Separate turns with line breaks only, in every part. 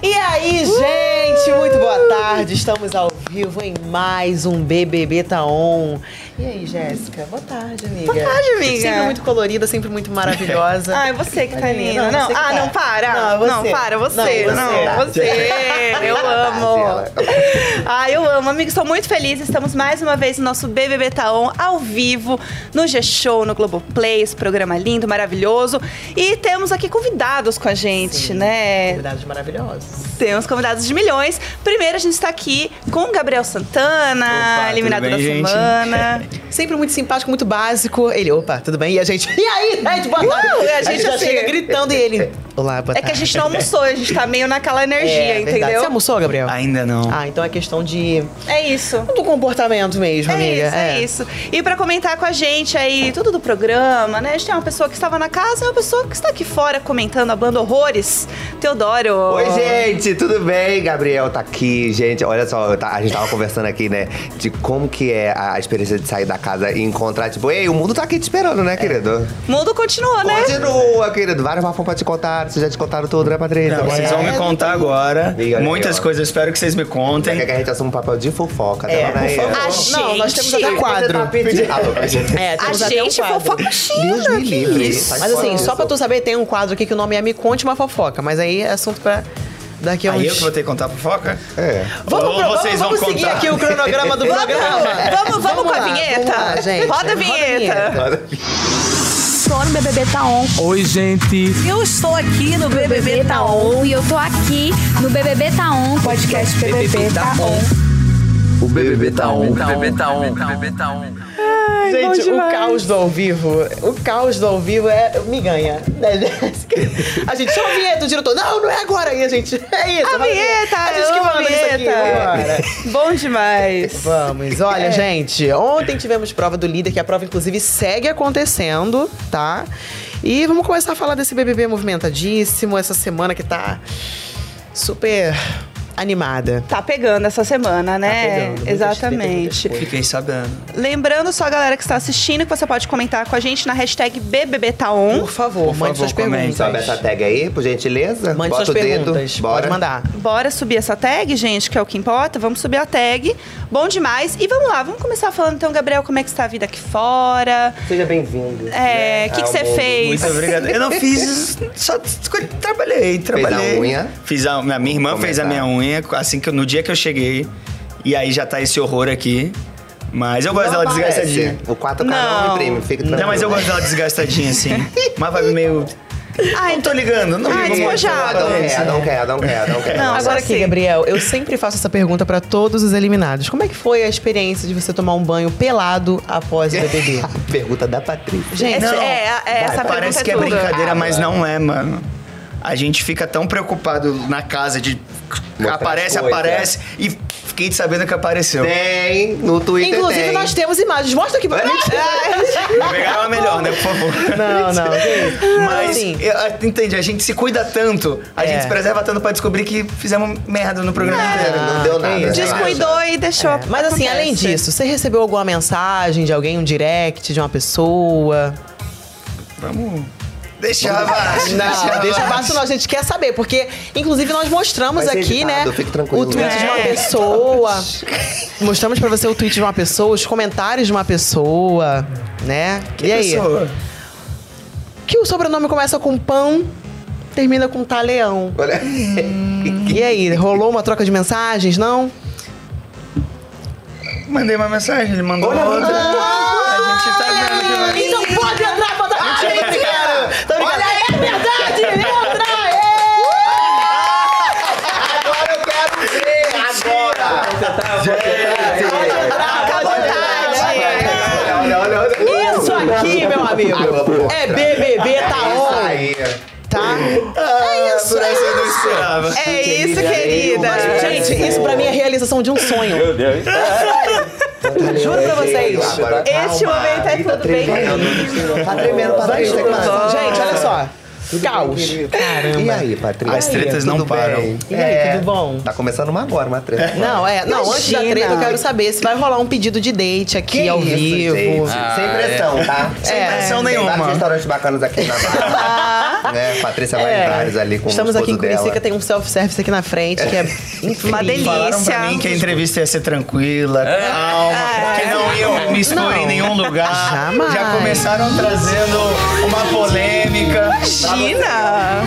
E aí, gente, muito boa
Uh!
tarde. Estamos ao vivo em mais um BBB Tá On. E aí, Jéssica? Boa tarde, amiga.
Boa tarde, amiga.
Sempre muito colorida, sempre muito maravilhosa.
Ah, é você que tá
Não,
linda. Não,
você que
ah,
tá.
não, para.
Não, é você.
para, você.
Não,
Não, é
você. tá.
você. Eu amo. Ah, eu amo. Amigos, estou muito feliz. Estamos mais uma vez no nosso BBB Taon ao vivo, no G-Show, no Globoplay. Esse programa lindo, maravilhoso. E temos aqui convidados com a gente,
Sim,
né?
Convidados maravilhosos.
Temos convidados de milhões. Primeiro, a gente está aqui com o Gabriel Santana,
Opa, tudo
eliminado
bem,
da
gente?
semana.
Sempre muito simpático, muito básico. Ele, opa, tudo bem? E a gente, e aí, gente, boa tarde.
Uh, e a
a gente
gente
já
assim.
chega gritando e ele, olá, boa
É
tarde.
que a gente não almoçou, a gente tá meio naquela energia,
É, verdade.
entendeu?
Você almoçou, Gabriel?
Ainda não.
Ah, então é questão de...
É isso.
do comportamento mesmo,
É
amiga.
isso, é. isso. E pra comentar com a gente aí tudo do programa, né? A gente tem uma pessoa que estava na casa e uma pessoa que está aqui fora comentando a banda Horrores, Teodoro.
Oi,
é.
gente, tudo bem? Gabriel tá aqui, gente. Olha só, eu ta- a gente tava conversando aqui, né? De como que é a a experiência de sair da casa e encontrar, tipo, ei, o mundo tá aqui te esperando,
É.
né, querido?
O mundo
Tá,
continua, né?
Continua, querido. Vários papos pra te contar. Vocês já te contaram tudo, né, Patrícia?
Não, Então,
é.
vocês vão me contar agora.
Amiga, olha
Muitas
aí, ó.
coisas, espero que vocês me
Quer
contem.
que a gente assuma um papel de fofoca,
É,
tá, né?
por favor.
A
Não, nós temos
gente-
até
Tá
quadro.
pedindo. Alô, gente.
É,
A
temos até um
gente
quadro.
fofoca cheia.
Deus me livre. Sai
Mas
fora
assim, só
disso.
pra tu saber, tem um quadro aqui que o nome é Me Conte Uma Fofoca. Mas aí é assunto pra daqui a uns...
Aí eu que vou ter que contar a fofoca?
É.
Vamos,
Ou
pro- vamos,
vocês
vamos
vão
seguir
contar?
aqui o cronograma do
Vamos,
programa.
vamos, vamos com a
lá,
vinheta.
vamos lá, gente.
Roda a vinheta.
É.
Tô no BBB Taon.
Oi, gente.
tá Eu estou aqui no BBB Taon e eu tô aqui no BBB Taon, podcast BBB
tá
Taon.
O BBB tá on, o BBB tá on, o BBB tá on.
Gente, o caos do ao vivo, o caos do ao vivo é... me ganha. né, Jéssica? A gente chama a vinheta, o diretor, não, não é agora. E a gente, é isso.
A
vai-
Tá vinheta,
A gente
eu
que
amo a
manda nisso aqui, né?
vinheta.
vambora.
Bom demais.
Vamos, olha,
É.
gente, ontem tivemos prova do líder, que a prova, inclusive, segue acontecendo, tá? E vamos começar a falar desse BBB movimentadíssimo, essa semana que tá super animada.
Tá pegando essa
Tá
semana,
pegando,
né?
muitas tretas,
Exatamente.
Fiquei sabendo.
Lembrando só a galera que está assistindo que você pode comentar com a gente na hashtag BBBTaon.
Por favor,
Por
mande
favor,
suas
comente.
perguntas.
Sabe essa tag aí, por gentileza?
Mande
Bota
suas
o dedo.
perguntas. Pode
Bora.
mandar.
Bora subir essa tag, gente, que é o que importa. Vamos subir a tag. Bom demais. E vamos lá, vamos começar falando então, Gabriel, como é que está a vida aqui fora?
Seja bem-vindo.
É, o que, que você fez?
Muito obrigado. Eu não fiz, só trabalhei, trabalhei.
unha?
Fiz a minha, minha irmã
Vou
fez a minha
começar.
unha assim que eu- no dia que eu cheguei. E aí já tá esse horror aqui. Mas eu gosto dela desgastadinha.
O 4K
Não.
não imprime, fica tranquilo.
Não, mas eu gosto dela desgastadinha assim. Uma vibe meio.
Ai,
Não tô ligando, não
Ai,
ligo muito.
despojado.
Não quer, não quer, não quer, não quer.
Não,
Agora aqui,
assim.
Gabriel, eu sempre faço essa pergunta pra todos os eliminados. Como é que foi a experiência de você tomar um banho pelado após o BBB?
Pergunta da Patrícia.
Essa-
Gente,
Não.
é, é, essa pergunta
Parece que é
toda.
brincadeira, mas
Ah.
não é, mano. A gente fica tão preocupado na casa de.
Mostrar
aparece,
as coisas. é.
aparece e fiquei sabendo que apareceu.
Tem, no Twitter
Inclusive,
tem.
nós temos imagens. Mostra aqui pra
É
Vou pegar uma melhor, né, por favor.
Não, não.
Mas,
Sim.
eu- eu- entende, a gente se cuida tanto, a
É.
gente se preserva tanto pra descobrir que fizemos merda no programa inteiro.
Não deu nada.
Ah,
relaxa.
Descuidou e deixou.
Mas assim,
É, Acontece.
além disso, você recebeu alguma mensagem de alguém, um direct de uma pessoa?
Vamos. Deixar abaixo.
Não, deixa
abaixo.
abaixo, não. A gente quer saber, porque inclusive nós mostramos
Vai ser
aqui,
editado,
né?
fique tranquilo.
O tweet de uma
É.
pessoa. mostramos pra você o tweet de uma pessoa, os comentários de uma pessoa, né? e aí?
Pessoa.
Que o sobrenome começa com pão, termina com taleão.
Olha.
E aí, rolou uma troca de mensagens, não?
Mandei uma mensagem, ele mandou
Olha,
outra. A gente tá vendo que vai.
Então pode entrar pra dar
cara.
Olha, é verdade! Entra! é!
Agora eu quero ver! Agora! Gente!
Acabou
Olha, olha, olha, olha.
Isso aqui, meu amigo, é BBB tá on,
Aí.
tá?
É isso, eu não esperava.
É isso, querida.
Gente, isso pra mim é realização de um sonho. Meu Deus. Juro pra vocês.
É, Agora,
Este momento é tudo bem.
tá tremendo, Patrícia. que massa.
Gente, olha só. Caos.
E aí, Patrícia?
As tretas
Tudo
não param.
bem?
E aí,
É,
tudo bom?
Tá começando uma agora, uma treta.
Não, é. Não, antes da
Imagina.
treta, eu quero saber se vai rolar um pedido de date aqui ao
isso,
vivo.
gente. Sem pressão, tá?
Sem pressão
Tem vários
nenhuma.
restaurantes bacanas aqui na Barra. né? Patrícia Valentares ali com
É. Estamos
o
aqui em
esposo
Curicica,
dela.
tem um self-service aqui na frente, que é
Uma
incrível.
Falaram pra
Delícia.
mim que a entrevista ia ser tranquila,
É.
calma, que É. não iam me expor em nenhum lugar.
Jamais.
Já começaram trazendo uma polêmica.
Imagina!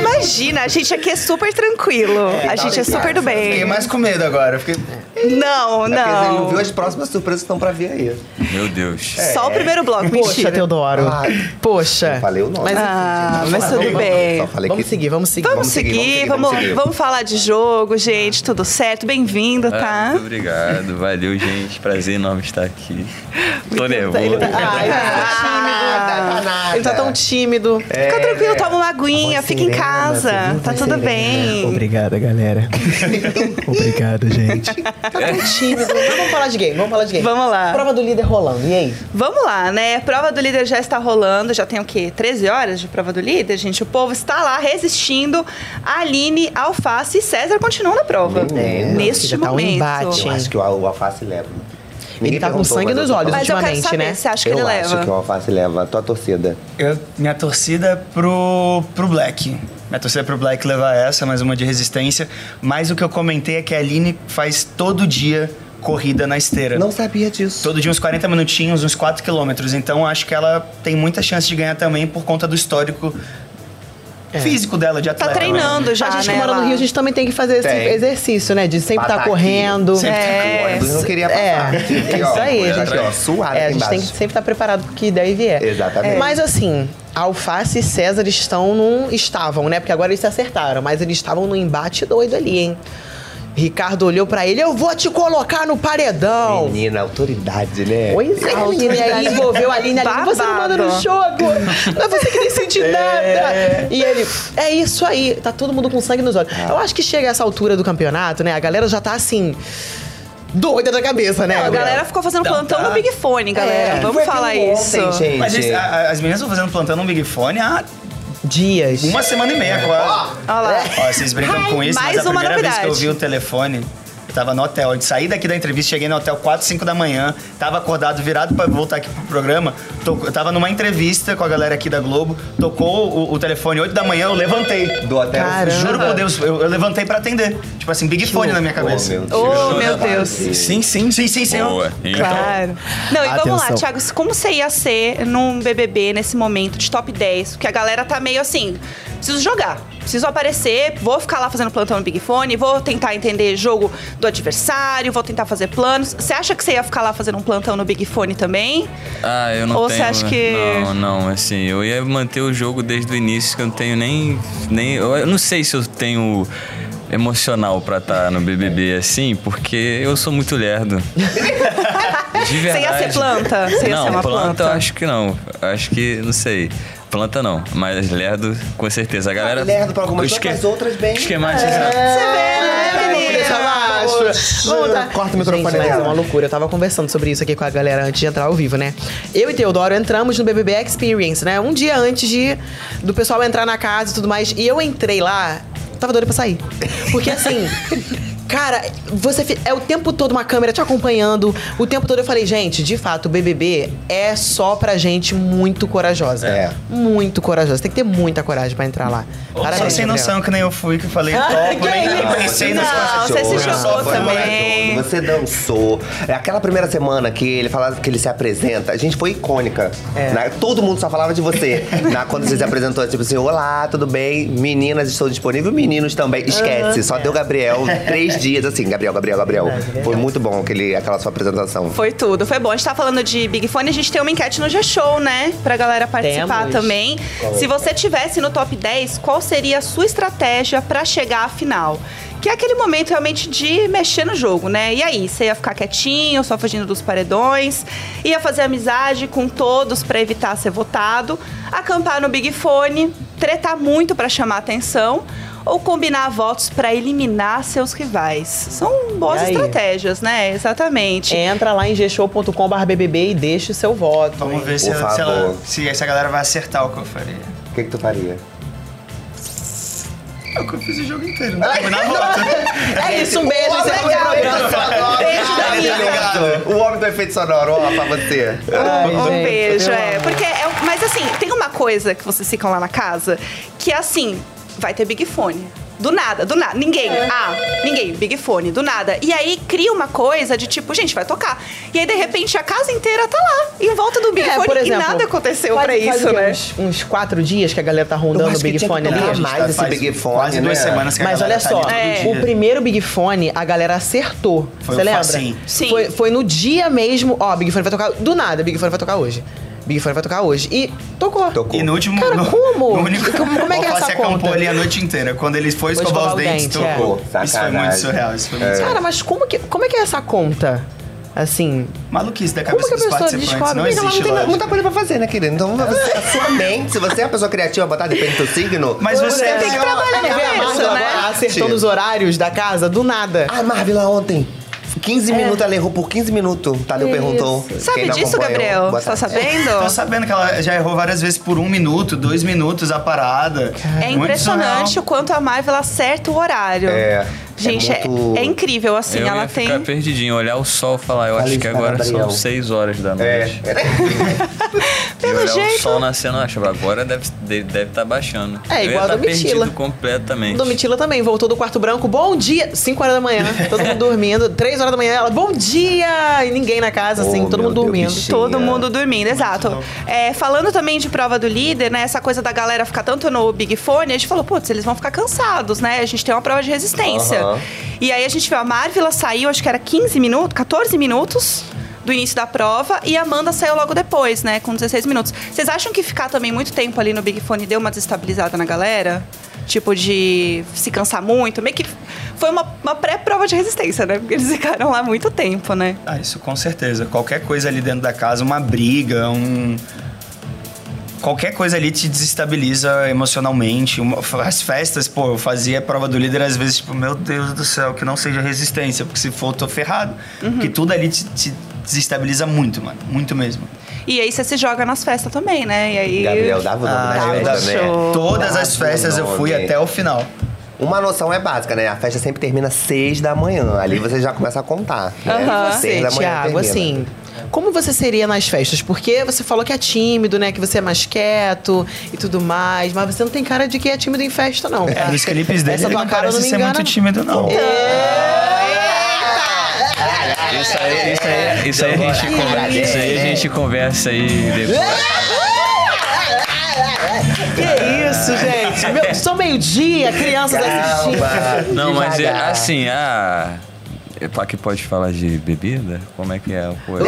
Imagina, a gente aqui é super tranquilo. a gente é super do
Fiquei
bem.
mais com medo agora. Fiquei...
Não,
É porque ele não viu
não.
as próximas surpresas que estão pra vir aí.
Meu Deus.
Só o primeiro bloco,
Poxa,
mentira.
Teodoro.
Ah,
Poxa.
não falei o nome.
Mas,
Ah, mas tudo bem.
Só falei
vamos
que...
seguir, vamos seguir.
Vamos seguir, vamos,
seguir.
vamos falar de jogo, gente. Tudo certo, bem-vindo,
Ah,
tá?
muito obrigado, valeu, gente. Prazer enorme estar aqui. Tô nervoso.
Ah, ele tá tão
Ah,
tímido.
danada.
Ele tá tão tímido.
Fica
É,
tranquilo, toma uma aguinha,
Voz
fica em
serena,
casa.
viu?
Tá
Voz
tudo
né?
serena.
bem.
Obrigada, galera. Obrigado, gente.
Tá tão tímido. Mas vamos falar de game, vamos falar de game.
Vamos lá.
Prova do líder rolando, e aí?
Vamos lá, né? Prova do líder já está rolando, já tem o quê? 13 horas de prova do líder, gente. O povo está lá resistindo. Aline, Alface e César continuam na prova.
Menina,
neste
já tá um
momento.
embate.
Eu acho que o, o alface leva.
Ele tá com
perguntou,
sangue
mas eu
nos
tô
olhos
Mas eu quero
ultimamente,
saber,
né?
você acha que
Eu
ele
acho
leva?
que o alface leva. Tua torcida.
Eu- minha torcida é pro, pro Black. Minha torcida é pro Black levar essa, mais uma de resistência. Mas o que eu comentei é que a Aline faz todo dia corrida na
É.
esteira.
Não sabia disso.
Todo dia uns 40 minutinhos, uns 4 quilômetros. Então acho que ela tem muita chance de ganhar também por conta do histórico
É.
físico dela de
Tá
atleta. né?
treinando já,
a gente
né,
que mora no
lá?
Rio, a gente também tem que fazer esse
Tem.
exercício, né? De sempre estar
Batar aqui.
correndo.
Sempre tá
É.
Eu não queria
É,
passar.
é
ó,
isso aí,
tá
gente.
Aqui, ó, suado
É, a
aqui
gente
embaixo.
tem que sempre estar preparado porque daí vier.
Exatamente.
Mas assim, Alface e César estão num. Estavam, né? Porque agora eles se acertaram, mas eles estavam num embate doido ali, hein? Ricardo olhou pra ele, eu vou te colocar no paredão.
Menina, autoridade, né?
Pois é, menina, e aí envolveu a Aline ali, você não manda no
Babado.
jogo, não é você que decide nada. E ele, é isso aí, tá todo mundo com sangue nos olhos. Eu acho que chega essa altura do campeonato, né, a galera já tá assim, doida da cabeça, né?
Não, É, a
Gabriel?
galera ficou fazendo
Então
plantão
tá.
no Big Fone, galera.
É,
Vamos
Foi
falar
aquilo
isso.
Ontem, gente.
Mas ah, eles- a- a- as meninas estão fazendo plantando um Big Fone há
Dias.
uma semana e meia quase.
É. Olha lá.
Ó, vocês brincam
Ai,
com isso,
mais
mas a
uma
primeira vez que eu
novidade.
vi o telefone, eu tava no hotel. Eu saí daqui da entrevista, cheguei no hotel 4, 5 da manhã, tava acordado, virado pra voltar aqui pro programa. Tocou- eu tava numa entrevista com a galera aqui da Globo, tocou o, o telefone 8 da manhã, eu levantei.
Do hotel.
Caramba.
Juro por Deus, eu, eu levantei pra atender. Tipo assim, Big Fone na minha cabeça.
Oh, meu Deus.
Sim, sim, sim, sim, sim.
Boa. Então,
Claro. Não, e vamos lá,
Atenção.
Thiago, como você ia ser num BBB nesse momento de top 10? Porque a galera tá meio assim, preciso jogar, preciso aparecer, vou ficar lá fazendo plantão no Big Fone, vou tentar entender jogo do adversário, vou tentar fazer planos. Você acha que você ia ficar lá fazendo um plantão no Big Fone também?
Ah, eu não
Ou
tenho.
você acha que-
Não, não, assim, eu ia manter o jogo desde o início, que eu não tenho nem. nem eu eu não sei se eu tenho emocional pra estar no BBB assim, porque eu sou muito lerdo. De
ia
verdade.
ser planta? Você ia
não,
ser uma planta?
eu acho que não. Acho que, não sei. Planta não, mas lerdo com certeza. A galera.
Ah, lerdo pra algumas
o esque-
coisas, mas outras bem-
Esquematiza.
Você vê, né,
Vamos deixar
menina?
baixo. Vamos dar-
Corta o microfone
Gente, mas é
dela.
uma loucura. Eu tava conversando sobre isso aqui com a galera antes de entrar ao vivo, né? Eu e Teodoro entramos no BBB Experience, né? Um dia antes de do pessoal entrar na casa e tudo mais. E eu entrei lá, tava doida pra sair. Porque assim... Cara, você fi- é o tempo todo uma câmera te acompanhando. O tempo todo eu falei, gente, de fato, o BBB é só pra gente muito corajosa.
É.
Muito corajosa. Tem que ter muita coragem pra entrar lá.
Só
Parabéns,
sem
Gabriel.
noção que nem eu fui, que eu falei topo,
que
nem, nem
isso?
pensei nas
Ah, É, Não,
coisas.
você se
Eu só
jogou
fui lá.
também.
Você dançou. É Aquela primeira semana que ele falava que ele se apresenta, a gente foi icônica.
É.
Na- todo mundo só falava de você. Na, quando você se apresentou, tipo assim, olá, tudo bem? Meninas, estou disponível. Meninos também. Esquece, só deu Gabriel três dias assim. Gabriel, Gabriel, Gabriel. Foi muito bom aquele, aquela sua apresentação.
Foi tudo, foi bom. A gente tá falando de Big Fone, a gente tem uma enquete no G-Show, né? Pra galera participar
Temos. é?
também. Se você tivesse no top 10, qual seria a sua estratégia pra chegar à final? Que é aquele momento realmente de mexer no jogo, né? E aí, você ia ficar quietinho, só fugindo dos paredões, ia fazer amizade com todos pra evitar ser votado, acampar no Big Fone, tretar muito pra chamar atenção ou combinar votos pra eliminar seus rivais. São boas
E aí?
estratégias, né? Exatamente.
Entra lá em gshow.com.br BBB e deixa o seu voto.
Vamos ver se,
Por
ela- se ela-
favor.
se- se a galera vai acertar o que eu faria.
O que, que tu faria?
É o que eu fiz o jogo inteiro. Não, foi na né? volta.
É isso, um beijo. esse foi o programa.
Beijo
Tá
é um
da amiga.
O homem do efeito sonoro, ó, pra você. Ah,
um
Ah,
gente,
beijo,
pelo
é. Porque é um Mas assim, tem uma coisa que vocês ficam lá na casa que é assim: vai ter Big Fone. Do nada, do nada. Ninguém. Ah, ninguém. Big Fone, do nada. E aí cria uma coisa de tipo, gente, vai tocar. E aí, de repente, a casa inteira tá lá, em volta do Big Fone. e nada aconteceu
É, faz-
pra
faz o
isso,
quê?
né?
Uns, uns quatro dias que a galera tá rondando o Big Fone ali.
tocar
A gente
é mais esse
tipo, faz
Big Fone,
Quase duas
né?
semanas que a
Mas olha
galera tá
só, é.
ali todo
o
dia.
primeiro Big Fone, a galera acertou.
Foi
Você
o
lembra?
facinho.
Sim.
Foi, foi no dia mesmo. Ó, Big Fone vai tocar. Do nada, Big Fone vai tocar hoje. Big Fone vai tocar hoje. E tocou.
Tocou.
E no último.
Cara,
no,
como?
no único-
Como- como é que é
o Alface
essa
acampou
conta?
ali a noite inteira. Quando ele foi
Foi
escovar os
escovar o
dentes,
dente, é.
tocou.
Pô,
Isso foi muito
sacanagem.
surreal. Isso foi
É.
muito surreal.
Cara, mas como que, como é que é essa conta? Assim.
Maluquice da
Como
cabeça
que a
dos
pessoa
participantes.
descobre?
Não
Porque ela
Mas
existe
não tem
lógica.
muita coisa pra fazer, né, querido? Então você, a sua mente, se você é uma pessoa criativa, botar depende do seu signo.
Mas você
tem que trabalhar
com
a
isso,
Marvel
né?
agora acertou nos horários da casa, do nada.
Ah, Marvel lá ontem. 15 minutos, ela errou por 15 minutos. Tadeu perguntou.
É. Sabe
Quem não
disso,
acompanhou,
Gabriel?
boa
Você tá
tarde.
sabendo?
Tô sabendo que ela já errou várias vezes por um minuto, dois minutos a parada.
É
Muito
impressionante o
surreal.
quanto a Marvel acerta o horário.
É, é
Gente, é,
muito-
é incrível, assim,
eu
ela
ia
tem.
ficar perdidinho, olhar o sol e falar, eu
Fala
acho
isso
que
pra
agora
Gabriel.
são 6 horas da
É,
noite.
é.
E
Pelo
olhar o
jeito.
sol nascendo, eu acho, agora deve estar deve tá baixando.
É,
eu
igual
ia
a
tá
Domitila.
perdido completamente.
Domitila também voltou do quarto branco. Bom dia! 5 horas da manhã, todo mundo dormindo. 3 horas da manhã, ela, bom dia! E ninguém na casa, assim,
Oh,
todo
meu
mundo
Deus,
dormindo.
bichinho.
Todo
Sim, é.
mundo dormindo, exato. É, falando também de prova do líder, né? Essa coisa da galera ficar tanto no Big Fone, a gente falou, putz, eles vão ficar cansados, né? A gente tem uma prova de resistência.
Aham.
E aí a gente viu a Marvel saiu, acho que era 15 minutos, 14 minutos do início da prova e a Amanda saiu logo depois, né? Com 16 minutos. Vocês acham que ficar também muito tempo ali no Big Fone deu uma desestabilizada na galera? Tipo, de se cansar muito? Meio que foi uma, uma pré-prova de resistência, né? Porque eles ficaram lá muito tempo, né?
Ah, isso com certeza. Qualquer coisa ali dentro da casa, uma briga, um. Qualquer coisa ali te desestabiliza emocionalmente. Uma- As festas, pô, eu fazia prova do líder às vezes, tipo, meu Deus do céu, que não seja resistência, porque se for, eu tô ferrado.
Uhum.
Porque tudo ali te, te desestabiliza muito, mano. Muito mesmo.
E aí você se joga nas festas também, né? E aí.
é, Gabriel, dava o nome
Ah,
da
eu
festa,
dava
né?
tá show.
Todas as
Dava o
festas eu fui
nome.
até o final.
Uma noção é básica, né? A festa sempre termina às 6 da manhã. Ali você já começa a contar. Né?
Aham.
Seis
Você,
da manhã
Tá? Thiago,
termina.
assim, como você seria nas festas? Porque você falou que é tímido, né? Que você é mais quieto e tudo mais, mas você não tem cara de que é tímido em festa, não.
É, nos clipes dele,
Essa
ele
tua
não
cara
parece
não me
ser
engana.
muito tímido, não.
Isso aí, É, isso
É,
aí, isso aí a gente conversa. Isso aí a gente conversa aí
É.
depois.
Que isso, gente? Meu, só meio-dia, crianças assistindo.
Calma,
Não, mas é,
devagar.
assim, a. Epa, que pode falar de bebida? Como é que é? Pô, eu-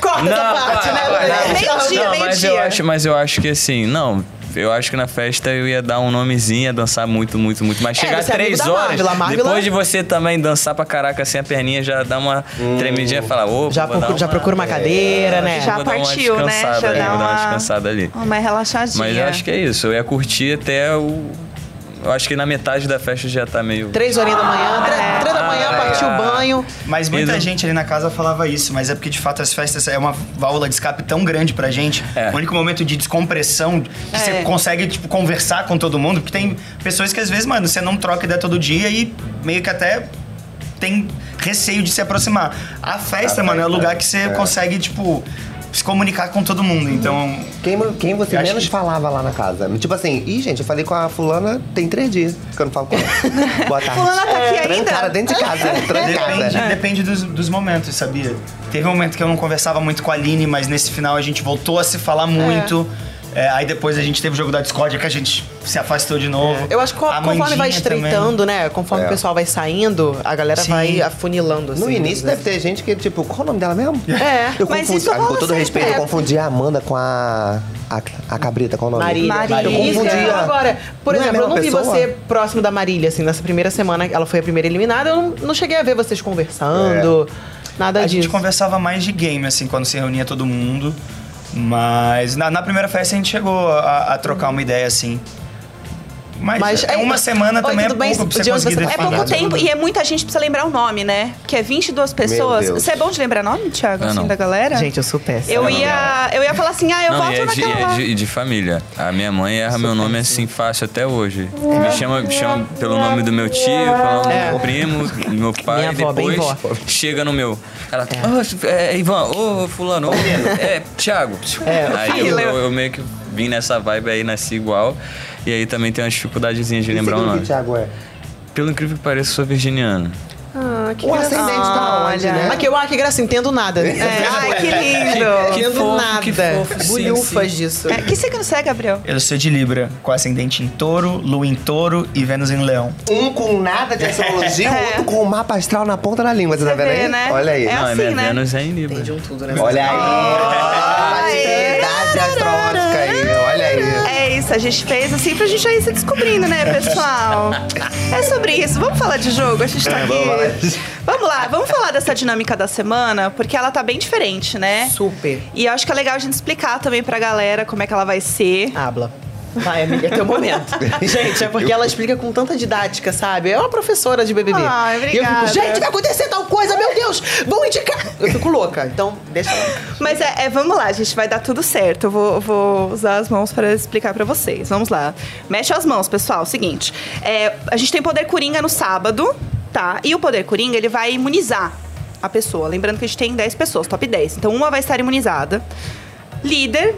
Corta essa parte, né?
Meio-dia,
não, mas
meio-dia.
eu acho, mas eu acho que assim, não. Eu acho que na festa eu ia dar um nomezinho, ia dançar muito, muito, muito. Mas
É,
chegar
você é amigo
três
da
horas,
Marvel, a é- Marvel-
depois de você também dançar pra caraca sem a perninha, já dá uma tremidinha e fala, opa,
Já,
vou dar
procura, já
uma- é,
procura uma cadeira, né?
Já
vou dar uma
partiu, né?
descansada
Já
ali,
dá
vou dar uma
uma-
descansada ali.
Uma é relaxadinha.
Mas eu acho que é isso. Eu ia curtir até o. Eu acho que na metade da festa já tá meio.
Três horinhas da manhã, três, três da manhã, partiu o banho.
Mas muita
Isso.
gente ali na casa falava isso, mas é porque de fato as festas é uma válvula de escape tão grande pra gente.
É.
O único momento de descompressão que
É.
você consegue, tipo, conversar com todo mundo. Porque tem pessoas que às vezes, mano, você não troca ideia todo dia e meio que até tem receio de se aproximar. A festa, mano, é o lugar que você consegue, tipo, se comunicar com todo mundo. Então.
Quem, quem você
Eu acho
menos
que-
falava lá na casa? Tipo assim, ih, gente, eu falei com a fulana tem três dias que eu não falo com ela. Boa tarde.
Fulana tá aqui ainda?
Trancada né? dentro de casa,
Depende,
É.
trancada.
depende dos, dos momentos, sabia? Teve um momento que eu não conversava muito com a Aline, mas nesse final a gente voltou a se falar muito. É, aí depois a gente teve o jogo da Discord, que a gente se afastou de novo.
É. Eu acho que co-
A
conforme vai
Mandinha também.
estreitando, né? Conforme
É.
o pessoal vai saindo, a galera
Sim.
vai afunilando. Assim,
No início
né?
deve ter gente que, tipo, qual o nome dela mesmo?
É,
eu
mas
confundi,
isso
ah, com
rola
todo
sempre,
respeito,
é.
eu confundi a Amanda com a. A, a cabrita, qual o nome?
Marília.
Marília.
Eu
Isso que eu ia
confundia.
falar agora. Por
Não é a
exemplo, eu não
mesma
vi
pessoa?
você próximo da Marília, assim, nessa primeira semana, ela foi a primeira eliminada, eu não, não cheguei a ver vocês conversando, nada
A
disso.
gente conversava mais de game, assim, quando se reunia todo mundo. Mas na, na primeira festa a gente chegou a, a trocar uma ideia, assim. Mas, é uma semana
Oi,
também é
tudo bem?
pouco pra
De
você
onde
conseguir
você-
É
definir.
pouco tempo e é muita gente precisa lembrar o nome, né? Que é 22 pessoas.
Deus.
Você é bom de lembrar nome, Thiago,
Eu
assim,
não.
da galera?
Gente, eu sou péssima.
eu ia, eu ia falar assim, ah, eu
não, e
voto
é de,
naquela lá.
é de, de família. A minha mãe erra meu nome assim fácil até hoje.
É.
Me chama, me chama pelo nome do meu tio, pelo nome do meu primo, do meu pai,
Minha avó, bem
depois
vó.
chega no meu. Ela, "Ô, é, Ivan, ô fulano, ô é, Thiago. aí eu, eu- eu meio que vim nessa vibe aí, nasci igual. E aí também tem umas dificuldadezinhas de lembrar o
Significa
nome.
que Thiago é.
Pelo incrível que pareça, eu sou virginiano.
O ascendente tá onde, né?
Aqui, eu, ah, que graça, entendo nada.
É, ai, que
Que-
lindo.
entendo
fofo,
nada.
que fofo, sim,
Bolhufas
sim.
disso.
É, que signo você é, Gabriel?
Eu sou de Libra, com ascendente em touro, lua em touro e Vênus em leão.
Um com nada de astrologia, o
É.
outro com o mapa astral na ponta da língua, você tá
Você
vendo
vê,
aí?
né?
Olha aí.
É
não, é
assim,
minha
né?
Vênus é em Libra.
Entendi um tudo, né?
Olha aí.
Aê.
Atividade astrológica aí, olha aí.
É isso, a gente fez assim pra gente aí se descobrindo, né, pessoal? É sobre isso. Vamos falar de jogo? A gente tá aqui. Vamos lá, vamos falar dessa dinâmica da semana, porque ela tá bem diferente, né?
Super.
E eu acho que é legal a gente explicar também pra galera como é que ela vai ser.
Habla. Vai, amiga, é teu momento. gente, é porque ela explica com tanta didática, sabe? É uma professora de BBB.
Ai,
E eu fico,
obrigada.
gente, vai acontecer tal coisa, meu Deus! Vão indicar! Eu fico louca, então deixa lá.
Mas é, é, vamos lá, gente, vai dar tudo certo. Eu vou, vou usar as mãos para explicar pra vocês. Vamos lá. Mexe as mãos, pessoal. Seguinte, é, a gente tem poder coringa no sábado, tá? E o poder coringa ele vai imunizar a pessoa. Lembrando que a gente tem 10 pessoas, top 10. Então uma vai estar imunizada. Líder,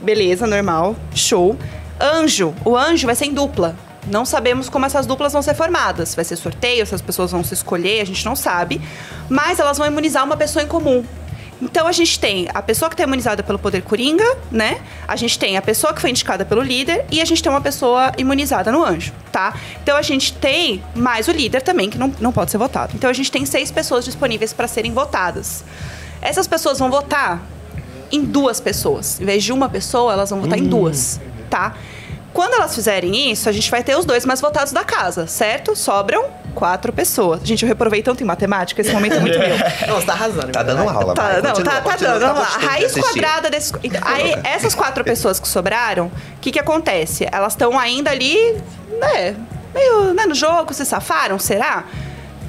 beleza, normal, show. Anjo, o anjo vai ser em dupla. Não sabemos como essas duplas vão ser formadas. Vai ser sorteio, se as pessoas vão se escolher, a gente não sabe. Mas elas vão imunizar uma pessoa em comum. Então a gente tem a pessoa que está imunizada pelo poder coringa, né? A gente tem a pessoa que foi indicada pelo líder e a gente tem uma pessoa imunizada no anjo, tá? Então a gente tem mais o líder também, que não, não pode ser votado. Então a gente tem seis pessoas disponíveis para serem votadas. Essas pessoas vão votar em duas pessoas. Em vez de uma pessoa, elas vão votar em duas, tá? Quando elas fizerem isso, a gente vai ter os dois mais votados da casa, certo? Sobram quatro pessoas. Gente, eu reprovei tanto em matemática, esse momento é muito meu.
Não, você tá arrasando.
Tá dando aula,
Tá,
vai.
não,
Continua,
tá, tá
continua,
dando,
tá
vamos lá.
gostando de
Raiz
assistir.
quadrada desse. então, Aí, essas quatro pessoas que sobraram, o que que acontece? Elas estão ainda ali, né? Meio né, no jogo, se safaram, será?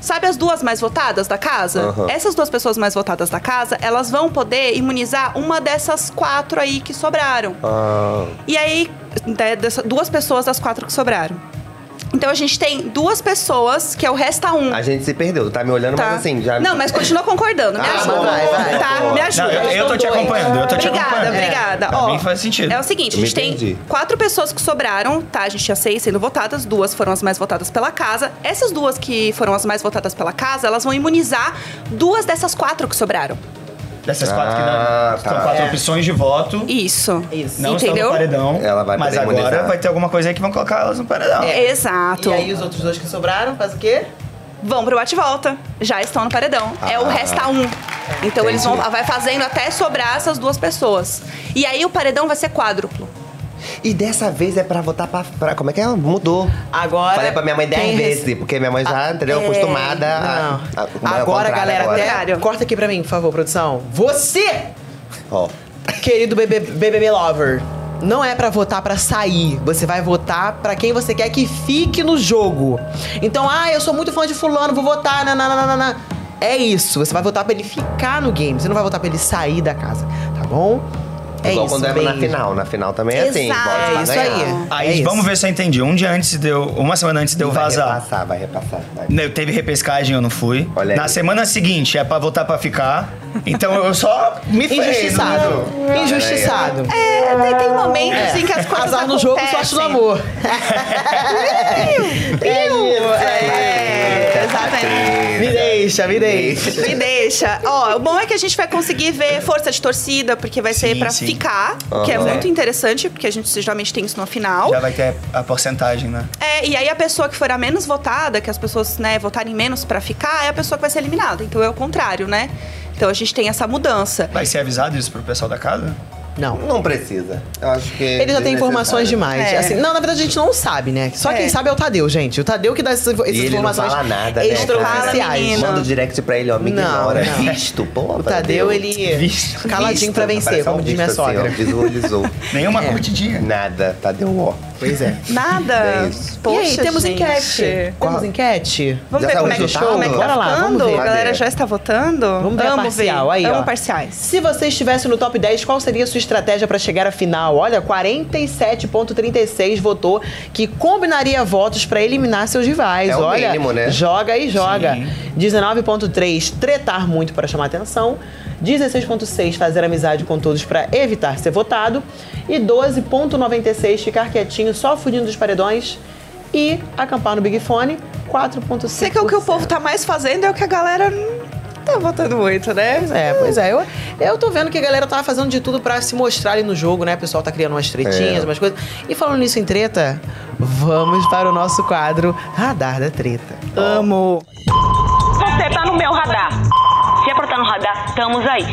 Sabe as duas mais votadas da casa?
Aham.
Essas duas pessoas mais votadas da casa, elas vão poder imunizar uma dessas quatro aí que sobraram.
Ah,
E aí, né, dessa- duas pessoas das quatro que sobraram. Então a gente tem duas pessoas, que é o resta um.
a gente se perdeu, tá me olhando,
Tá.
mas assim, já.
Não, mas continua concordando. Me
Ah,
ajuda.
vai, vai,
tá,
boa.
me ajuda.
Não, eu, eu tô te acompanhando, eu tô te
Obrigada,
acompanhando.
obrigada.
Pra
Ó,
mim faz sentido.
É o seguinte, a
Eu me
gente tem
entendi.
quatro pessoas que sobraram, tá? A gente tinha seis sendo votadas, duas foram as mais votadas pela casa. Essas duas que foram as mais votadas pela casa, elas vão imunizar duas dessas quatro que sobraram.
Dessas quatro
Ah,
que dá, né?
tá.
são quatro opções de voto.
Isso.
Isso.
Não estão no
Entendeu?
paredão.
Ela vai
mas
poder
agora
imunizar.
vai ter alguma coisa aí que vão colocar elas no paredão.
É.
É. Exato.
E aí os outros dois que sobraram, faz o quê?
Vão pro bate-volta. Já estão no paredão. é o
Ah.
resta um. Então eles vão
Entendi.
vai fazendo até sobrar essas duas pessoas. E aí o paredão vai ser quádruplo.
E dessa vez é pra votar pra. pra- como é que é? Mudou.
Agora.
Falei pra minha mãe
quem
dez
rece-
vezes, porque minha mãe já, entendeu?
É,
acostumada a-
não.
a. mas é o
agora,
contrário
galera,
agora.
até. Corta aqui pra mim, por favor, produção. Você,
Ó.
querido bebê, BBB Lover, não é pra votar pra sair. Você vai votar pra quem você quer que fique no jogo. Então, ah, eu sou muito fã de Fulano, vou votar, nananana. É isso. Você vai votar pra ele ficar no game. Você não vai votar pra ele sair da casa, tá bom? É
Igual
isso.
quando é na
beijo.
final. Na final também é assim.
Exato.
voto pra
É isso
ganhar.
aí.
Aí
é
vamos ver se eu entendi. Um dia antes de eu. Uma semana antes de eu
Vai
vazar.
repassar, vai repassar. vai.
né, Teve repescagem, eu não fui.
Olha
Na
aí.
semana seguinte é pra voltar pra ficar. Então eu só me ferrei,
Injustiçado.
entendeu?
Injustiçado. É,
É, tá tem, tem momentos em que as coisas
Ah. Azar no
acontecem.
jogo, sorte no amor. É isso, é.
É, exatamente.
Me deixa, me deixa.
Me deixa. Ó, o bom é que a gente vai conseguir ver força de torcida, porque vai ser
Sim,
pra
sim.
ficar, que é
Aham.
muito interessante, porque a gente geralmente tem isso no final.
Já vai ter a porcentagem, né?
É, e aí a pessoa que for a menos votada, que as pessoas, né, votarem menos pra ficar, é a pessoa que vai ser eliminada. Então é o contrário, né? Então a gente tem essa mudança.
Vai ser avisado isso pro pessoal da casa?
Não.
Não precisa. Eu acho que. é
Ele já tem informações
desnecessário.
demais.
É.
Assim, não, na verdade a gente não sabe, né? Só
É.
quem sabe é o Tadeu, gente. O Tadeu que dá essas, essas
E ele não
informações
fala nada,
Fala,
né?
extraoficiais.
menino.
Manda o direct pra ele, ó, me
Não,
ignora.
não.
Visto, pô.
O Tadeu, ele.
Visto.
Caladinho pra vencer,
um
como diz minha sogra.
assim, visualizou.
É.
Nenhuma curtidinha.
Nada, Tadeu, ó.
Pois é.
Nada.
É isso.
E
Poxa,
aí, temos
gente.
enquete.
Qual?
Temos enquete?
Vamos
Já
ver
saiu
como
o
é, que,
resultado?
como é que tá
Bora lá, vamos
ficando?
ver.
A galera já está votando?
Vamos ver a
Amo
parcial,
ver.
aí,
Amo
ó.
parciais.
Se você estivesse no top 10, qual seria a sua estratégia pra chegar à final? Olha, 47,36 votou que combinaria votos pra eliminar seus rivais.
É o
Olha,
mínimo, né?
joga e joga.
Sim.
19,3 tretar muito para chamar atenção. 16,6 fazer amizade com todos pra evitar ser votado. E 12,96 ficar quietinho só fugindo dos paredões e acampar no Big Fone. 4,5.
Sei que o que o povo tá mais fazendo é o que a galera não tá votando muito, né?
É, pois é. Eu, eu tô vendo que a galera tava fazendo de tudo pra se mostrar ali no jogo, né? O pessoal tá criando umas tretinhas,
É.
umas coisas. E falando nisso em treta, vamos para o nosso quadro Radar da Treta.
Amo.
Você tá no meu radar. Se é pra tá no radar, estamos aí.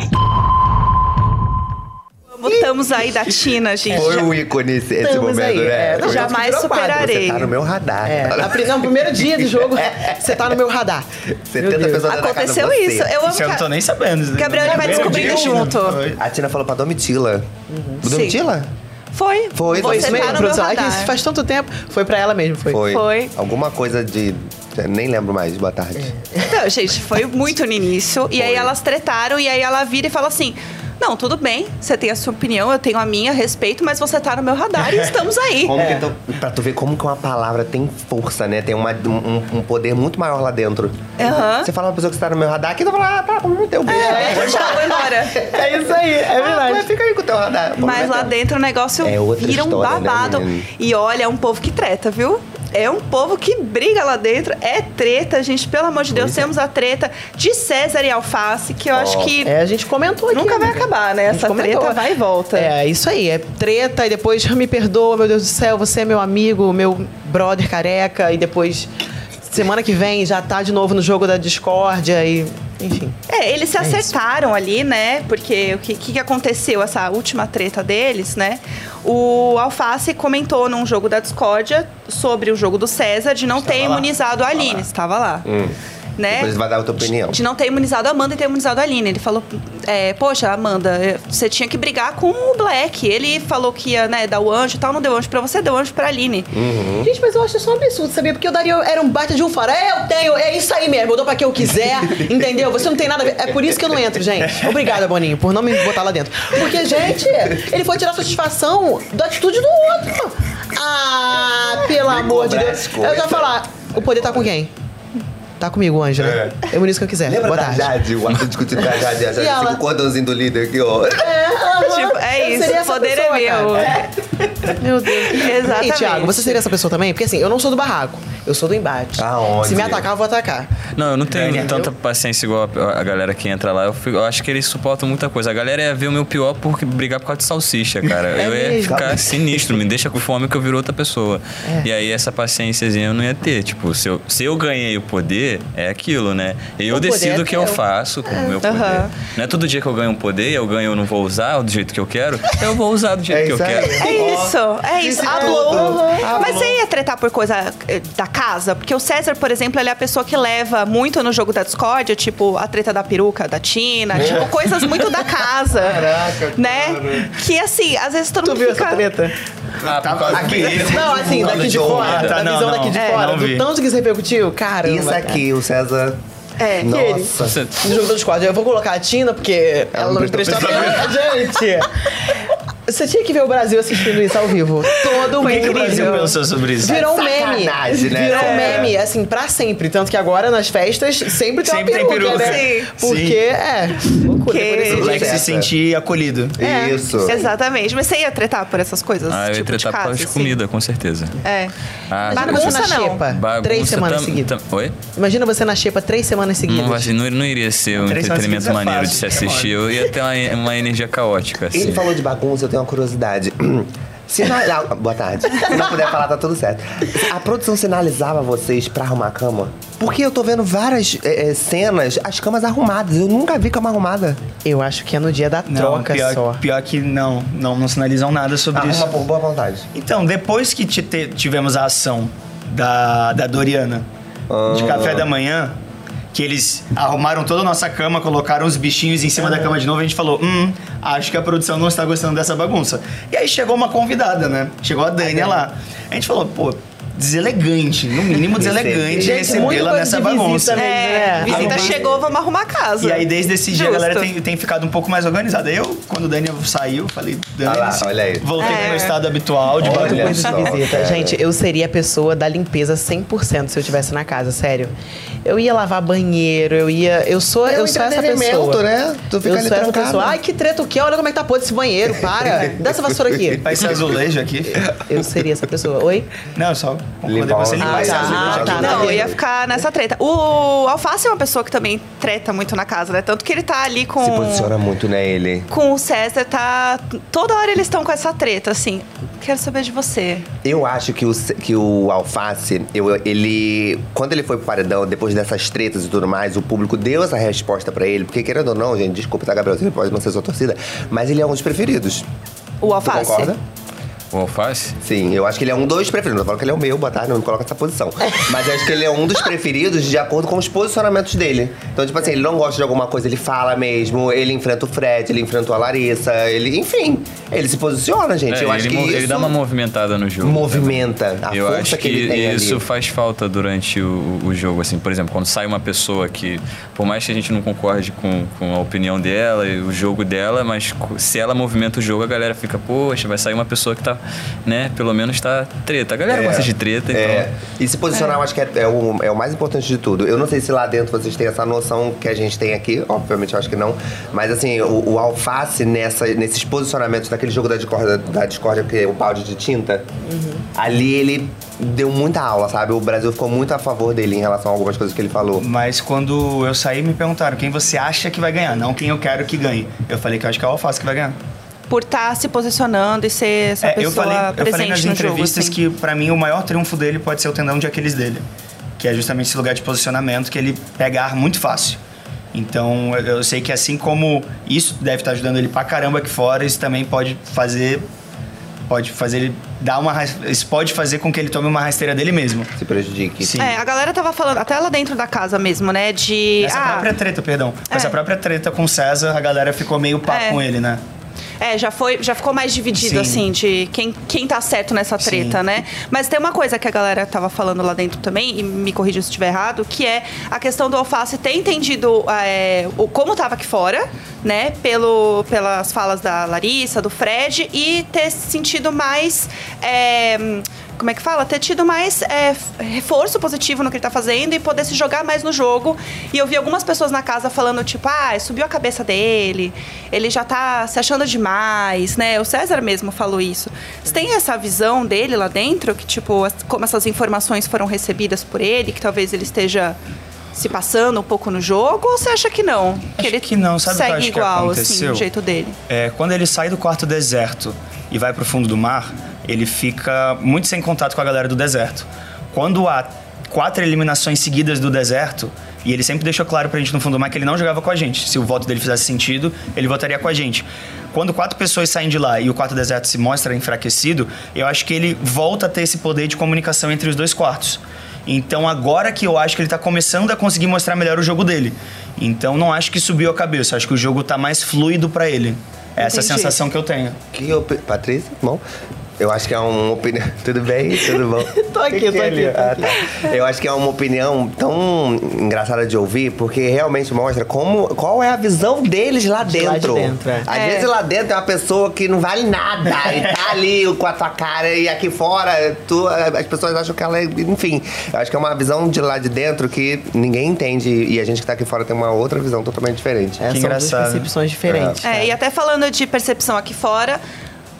Amo, estamos aí da Tina, gente.
Foi o ícone esse, esse
Estamos
momento,
aí,
né?
é.
Foi-
Não, já-
Jamais
virou quadro,
superarei.
Você tá no meu radar.
É, na, pri- não, primeiro dia do jogo, você tá no meu radar.
70
Meu Deus.
pessoas
Aconteceu
atacando você.
isso. Eu amo.
Isso eu não
ca-
tô nem sabendo.
Gabriel
Não
vai
lembro
descobrindo
disso.
junto.
um Foi.
A Tina falou pra Domitila.
Uhum.
Domitila?
Foi.
Foi,
Você
isso
tá
mesmo,
no meu
produção. Ai, que
radar.
isso faz tanto tempo. Foi pra ela mesmo, foi.
Foi.
Foi.
Alguma coisa de. Nem lembro mais. Boa tarde.
É.
Não, gente, foi muito no início. E aí elas tretaram, e aí ela vira e fala assim. Não, tudo bem, você tem a sua opinião, eu tenho a minha, respeito, mas você tá no meu radar e estamos aí.
É.
Como que tu- pra tu ver como que uma palavra tem força, né? Tem uma- um, um poder muito maior lá dentro.
Aham.
Você fala uma pessoa que está no meu radar, aqui tu fala, ah, tá, não tem um beijo.
É, tchau, vou embora.
É isso aí, é
Ah, tu
verdade.
fica aí com o teu radar.
Mas lá
Vamos ver. então.
dentro o negócio
É outra
vira um
história, né,
babado.
menino?
e olha, é um povo que treta, viu? É um povo que briga lá dentro. É treta, gente. Pelo amor de Deus, temos a treta de César e Alface, que eu acho que
É, a gente comentou aqui.
nunca vai
né?
acabar, né?
A gente
Essa treta
comentou.
vai e volta.
É, isso aí. É treta e depois "Ah, me perdoa, meu Deus do céu, você é meu amigo, meu brother careca. E depois, semana que vem, já tá de novo no jogo da discórdia e. Enfim.
É, eles se acertaram ali, né? Porque o que, que que aconteceu, essa última treta deles, né? O Alface comentou num jogo da discórdia sobre o jogo do César de não ter
lá.
imunizado a Aline. Estava lá. Né?
Depois vai dar outra opinião.
de não ter imunizado a Amanda e ter imunizado a Aline. Ele falou, é, poxa, Amanda, é, você tinha que brigar com o Black. Ele falou que ia né, dar o anjo e tal, não deu anjo pra você, deu anjo pra Aline.
Uhum. Gente, mas eu acho isso um absurdo, sabia? Porque o Dario era um baita de um fora. É, eu tenho, é isso aí mesmo, eu dou pra quem eu quiser, entendeu? Você não tem nada a ver. É por isso que eu não entro, gente. Obrigada, Boninho, por não me botar lá dentro. Porque, gente, ele foi tirar satisfação da atitude do outro. Ah, pelo amor de Deus. Eu já ia falar, o poder tá com quem? Tá comigo, Ângela.
É.
Eu me isso que eu quiser.
Lembra
Boa
da
tarde.
Jade? O ato discutido com a Jade. A Jade
E ela? É.
fica o cordãozinho do líder aqui, ó.
Aham,
Tipo, é
Uhum. eu
isso,
seria
o
essa
poder
pessoa,
é meu.
cara. Meu Deus.
Exatamente.
E, Thiago, você seria essa pessoa também? Porque assim, eu não sou do barraco, eu sou do embate.
Aonde?
Se me atacar, eu vou atacar.
Não, eu não tenho
Daniel.
tanta paciência igual a, a galera que entra lá. Eu, fico- eu acho que eles suportam muita coisa. A galera ia ver o meu pior por brigar por causa de salsicha, cara.
É
eu ia
mesmo?
ficar sinistro, me deixa com fome que eu viro outra pessoa.
É.
E aí essa paciênciazinha eu não ia ter. Tipo, se eu, se eu ganhei o poder, é aquilo, né? Eu
O poder
decido
é
o que eu
teu.
faço com o meu poder.
Aham.
Não é todo dia que eu ganho um poder e eu ganho eu não vou usar do jeito que eu quero. Eu vou usar do jeito que eu
isso aí.
quero.
É
Uhum.
isso, é isso. Hablou. Mas você ia tretar por coisa eh, da casa? Porque o César, por exemplo, ele é a pessoa que leva muito no jogo da discórdia, tipo a treta da peruca da Tina,
É.
tipo coisas muito da casa. Caraca. Né? Que assim, às vezes todo
Tu
mundo
viu
fica.
essa treta?
Ah, por causa
Tá Aqui.
Não, assim, daqui de
Jogo,
fora,
tá?
da
Não,
visão
não.
daqui de
É,
fora,
não vi.
do tanto que isso repercutiu, cara.
Isso aqui, o César.
É.
Nossa.
Você-
No Um jogo do Discord, eu vou colocar a Tina, porque ela, não me prestou atenção. Gente! Você tinha que ver o Brasil assistindo isso ao vivo. Todo
O
mundo.
que, que o Brasil pensou sobre isso?
Virou um meme.
Sacanagem, né?
Virou um
É.
meme, assim, pra sempre. Tanto que agora nas festas sempre tem
Sempre
uma
tem
peruca,
peruca.
né?
Sim.
Porque,
Sim.
é, loucura.
Que-
por isso
O
que-
Lex se
Certa.
sentir acolhido.
É,
Isso.
Exatamente. Mas você ia tretar por essas coisas?
Ah, eu ia
tipo, de
tretar por
casa,
causa de
assim?
comida, com certeza.
É.
Ah,
Imagina
Bagunça
você na
não.
xepa,
bagunça
três semanas
tam-
seguidas.
tam- Oi?
Imagina você na xepa três semanas seguidas.
Não, assim, não, não iria ser um
Três horas
entretenimento
seguidas é
maneiro de
fácil,
se assistir. Eu ia ter uma, uma energia caótica, assim.
Ele falou de bagunça, eu tenho uma curiosidade. Sinal... Ah, Boa tarde. Se não puder falar, tá tudo certo. A produção sinalizava vocês pra arrumar a cama? Porque eu tô vendo várias eh, eh, cenas, as camas arrumadas. Eu nunca vi cama arrumada.
Eu acho que é no dia da
Não,
troca
pior,
só.
pior que não, não, não sinalizam nada sobre
Arruma
isso.
por Ah, boa vontade.
Então, depois que ti- te- tivemos a ação da, da Doriana
Ah.
de café da manhã, que eles arrumaram toda a nossa cama, colocaram os bichinhos em cima da cama de novo, a gente falou: hum, acho que a produção não está gostando dessa bagunça. E aí chegou uma convidada, né? Chegou a Dani lá. A gente falou, pô. Deselegante, no mínimo deselegante
Gente, muita coisa
recebê-la nessa
de visita
bagunça.
mesmo, né?
É, visita
Arrumar-
chegou, vamos arrumar a casa.
E aí, desde esse dia,
Justo.
a galera tem, tem ficado um pouco mais organizada. Eu, quando o Daniel saiu, falei, Dani,
Ah lá, olha aí.
voltei pro meu estado habitual de
Olha.
bagunça.
Coisa de
só,
visita.
cara.
tá? Gente, eu seria a pessoa da limpeza 100% se eu estivesse na casa, sério. Eu ia lavar banheiro, eu ia. Eu sou,
É um
eu sou essa
entretenimento,
pessoa.
né? Tu fica
eu
ali
sou essa
trancada.
pessoa. Ai, que treta o que? Olha como é que tá podre esse banheiro, para. Dá essa vassoura aqui.
Vai ser azulejo aqui?
Eu seria essa pessoa. Oi?
Não, só concordei
Limpar
com você
os-
limpar
Ah,
esse
tá,
azulejo
ah,
aqui.
tá.
Não, eu ia ficar nessa treta. O Alface é uma pessoa que também treta muito na casa, né? Tanto que ele tá ali com.
Se posiciona muito, né, ele?
Com o César, tá. Toda hora eles estão com essa treta, assim. Quero saber de você.
Eu acho que o, Ce- que o Alface, eu- ele. Quando ele foi pro paredão, depois dessas tretas e tudo mais, o público deu essa resposta pra ele. Porque, querendo ou não, gente, desculpa, tá, Gabriel? Você pode não ser sua torcida, mas ele é um dos preferidos.
O
Tu
Alface.
concorda?
O alface?
Sim, eu acho que ele é um dos preferidos. Não falo que ele é o meu, boa tarde, não me coloca nessa posição. Mas eu acho que ele é um dos preferidos de acordo com os posicionamentos dele. Então, tipo assim, ele não gosta de alguma coisa, ele fala mesmo, ele enfrenta o Fred, ele enfrentou a Larissa, ele, enfim, ele se posiciona, gente.
É,
eu acho
ele,
que
mo-
isso
ele dá uma movimentada no jogo. né?
movimenta a
Então, eu
força
acho
que, ele tem
isso
ali.
faz falta durante o, o jogo, assim. Por exemplo, quando sai uma pessoa que, por mais que a gente não concorde com, com a opinião dela e o jogo dela, mas co- se ela movimenta o jogo, a galera fica, poxa, vai sair uma pessoa que tá, né, pelo menos tá treta. A galera gosta de treta, então...
É. E se posicionar, eu acho que é, é o, é o mais importante de tudo. Eu não sei se lá dentro vocês têm essa noção que a gente tem aqui, obviamente eu acho que não. Mas assim, o, o alface nessa, nesses posicionamentos daquele jogo da discórdia, da discórdia, que é o balde de tinta, ali ele deu muita aula, sabe? O Brasil ficou muito a favor dele em relação a algumas coisas que ele falou.
Mas quando eu saí, me perguntaram quem você acha que vai ganhar, não quem eu quero que ganhe. Eu falei que eu acho que é o Alface que vai ganhar.
Por estar se posicionando e ser essa
É,
pessoa
eu falei, eu
presente
falei nas
no jogo.
entrevistas
assim.
que, pra mim, o maior triunfo dele pode ser o tendão de Aquiles dele. Que é justamente esse lugar de posicionamento que ele pega ar muito fácil. Então, eu, eu sei que assim como isso deve estar ajudando ele pra caramba aqui fora, isso também pode fazer... Pode fazer ele dar uma... ras- Isso pode fazer com que ele tome uma rasteira dele mesmo.
Se prejudique.
Sim.
É, a galera tava falando, até lá dentro da casa mesmo, né? De.
Essa
ah,
própria treta, perdão.
É.
Essa própria treta com o César, a galera ficou meio pá
É.
com ele, né?
É, já, foi, já ficou mais dividido,
Sim.
assim, de quem, quem tá certo nessa treta,
Sim.
né? Mas tem uma coisa que a galera tava falando lá dentro também, e me corrija se estiver errado, que é a questão do Alface ter entendido é, o, como tava aqui fora, né? Pelo, pelas falas da Larissa, do Fred, e ter se sentido mais. é, como é que fala? Ter tido mais é, f- reforço positivo no que ele tá fazendo e poder se jogar mais no jogo. E eu vi algumas pessoas na casa falando, tipo, ah, subiu a cabeça dele, ele já tá se achando demais, né? O César mesmo falou isso. Você tem essa visão dele lá dentro, que, tipo, as- como essas informações foram recebidas por ele, que talvez ele esteja se passando um pouco no jogo, ou você acha que não?
Acho que não, sabe o que eu
segue
acho que
igual, assim,
aconteceu?
do jeito dele.
É, quando ele sai do quarto deserto e vai pro fundo do mar, ele fica muito sem contato com a galera do deserto. Quando há quatro eliminações seguidas do deserto, e ele sempre deixou claro pra gente no fundo do mar que ele não jogava com a gente. Se o voto dele fizesse sentido, ele votaria com a gente. Quando quatro pessoas saem de lá e o quarto deserto se mostra enfraquecido, eu acho que ele volta a ter esse poder de comunicação entre os dois quartos. Então agora que eu acho que ele tá começando a conseguir mostrar melhor o jogo dele. Então não acho que subiu a cabeça, acho que o jogo tá mais fluido pra ele. É Essa a
Entendi.
sensação que eu tenho.
Que opi- Patrícia, bom? Eu acho que é uma opinião. Tudo bem? Tudo bom?
Tô aqui,
Que
tô
que é
aqui,
ali?
tô
Ah, tá. Eu acho que é uma opinião tão engraçada de ouvir, porque realmente mostra como, qual é a visão deles lá
de
dentro.
dentro, é.
Às
É.
vezes lá dentro é uma pessoa que não vale nada e tá ali com a tua cara e aqui fora tu- as pessoas acham que ela é. Enfim, eu acho que é uma visão de lá de dentro que ninguém entende e a gente que tá aqui fora tem uma outra visão totalmente diferente.
É, são duas
engraçado.
percepções diferentes.
É, e até falando de percepção aqui fora,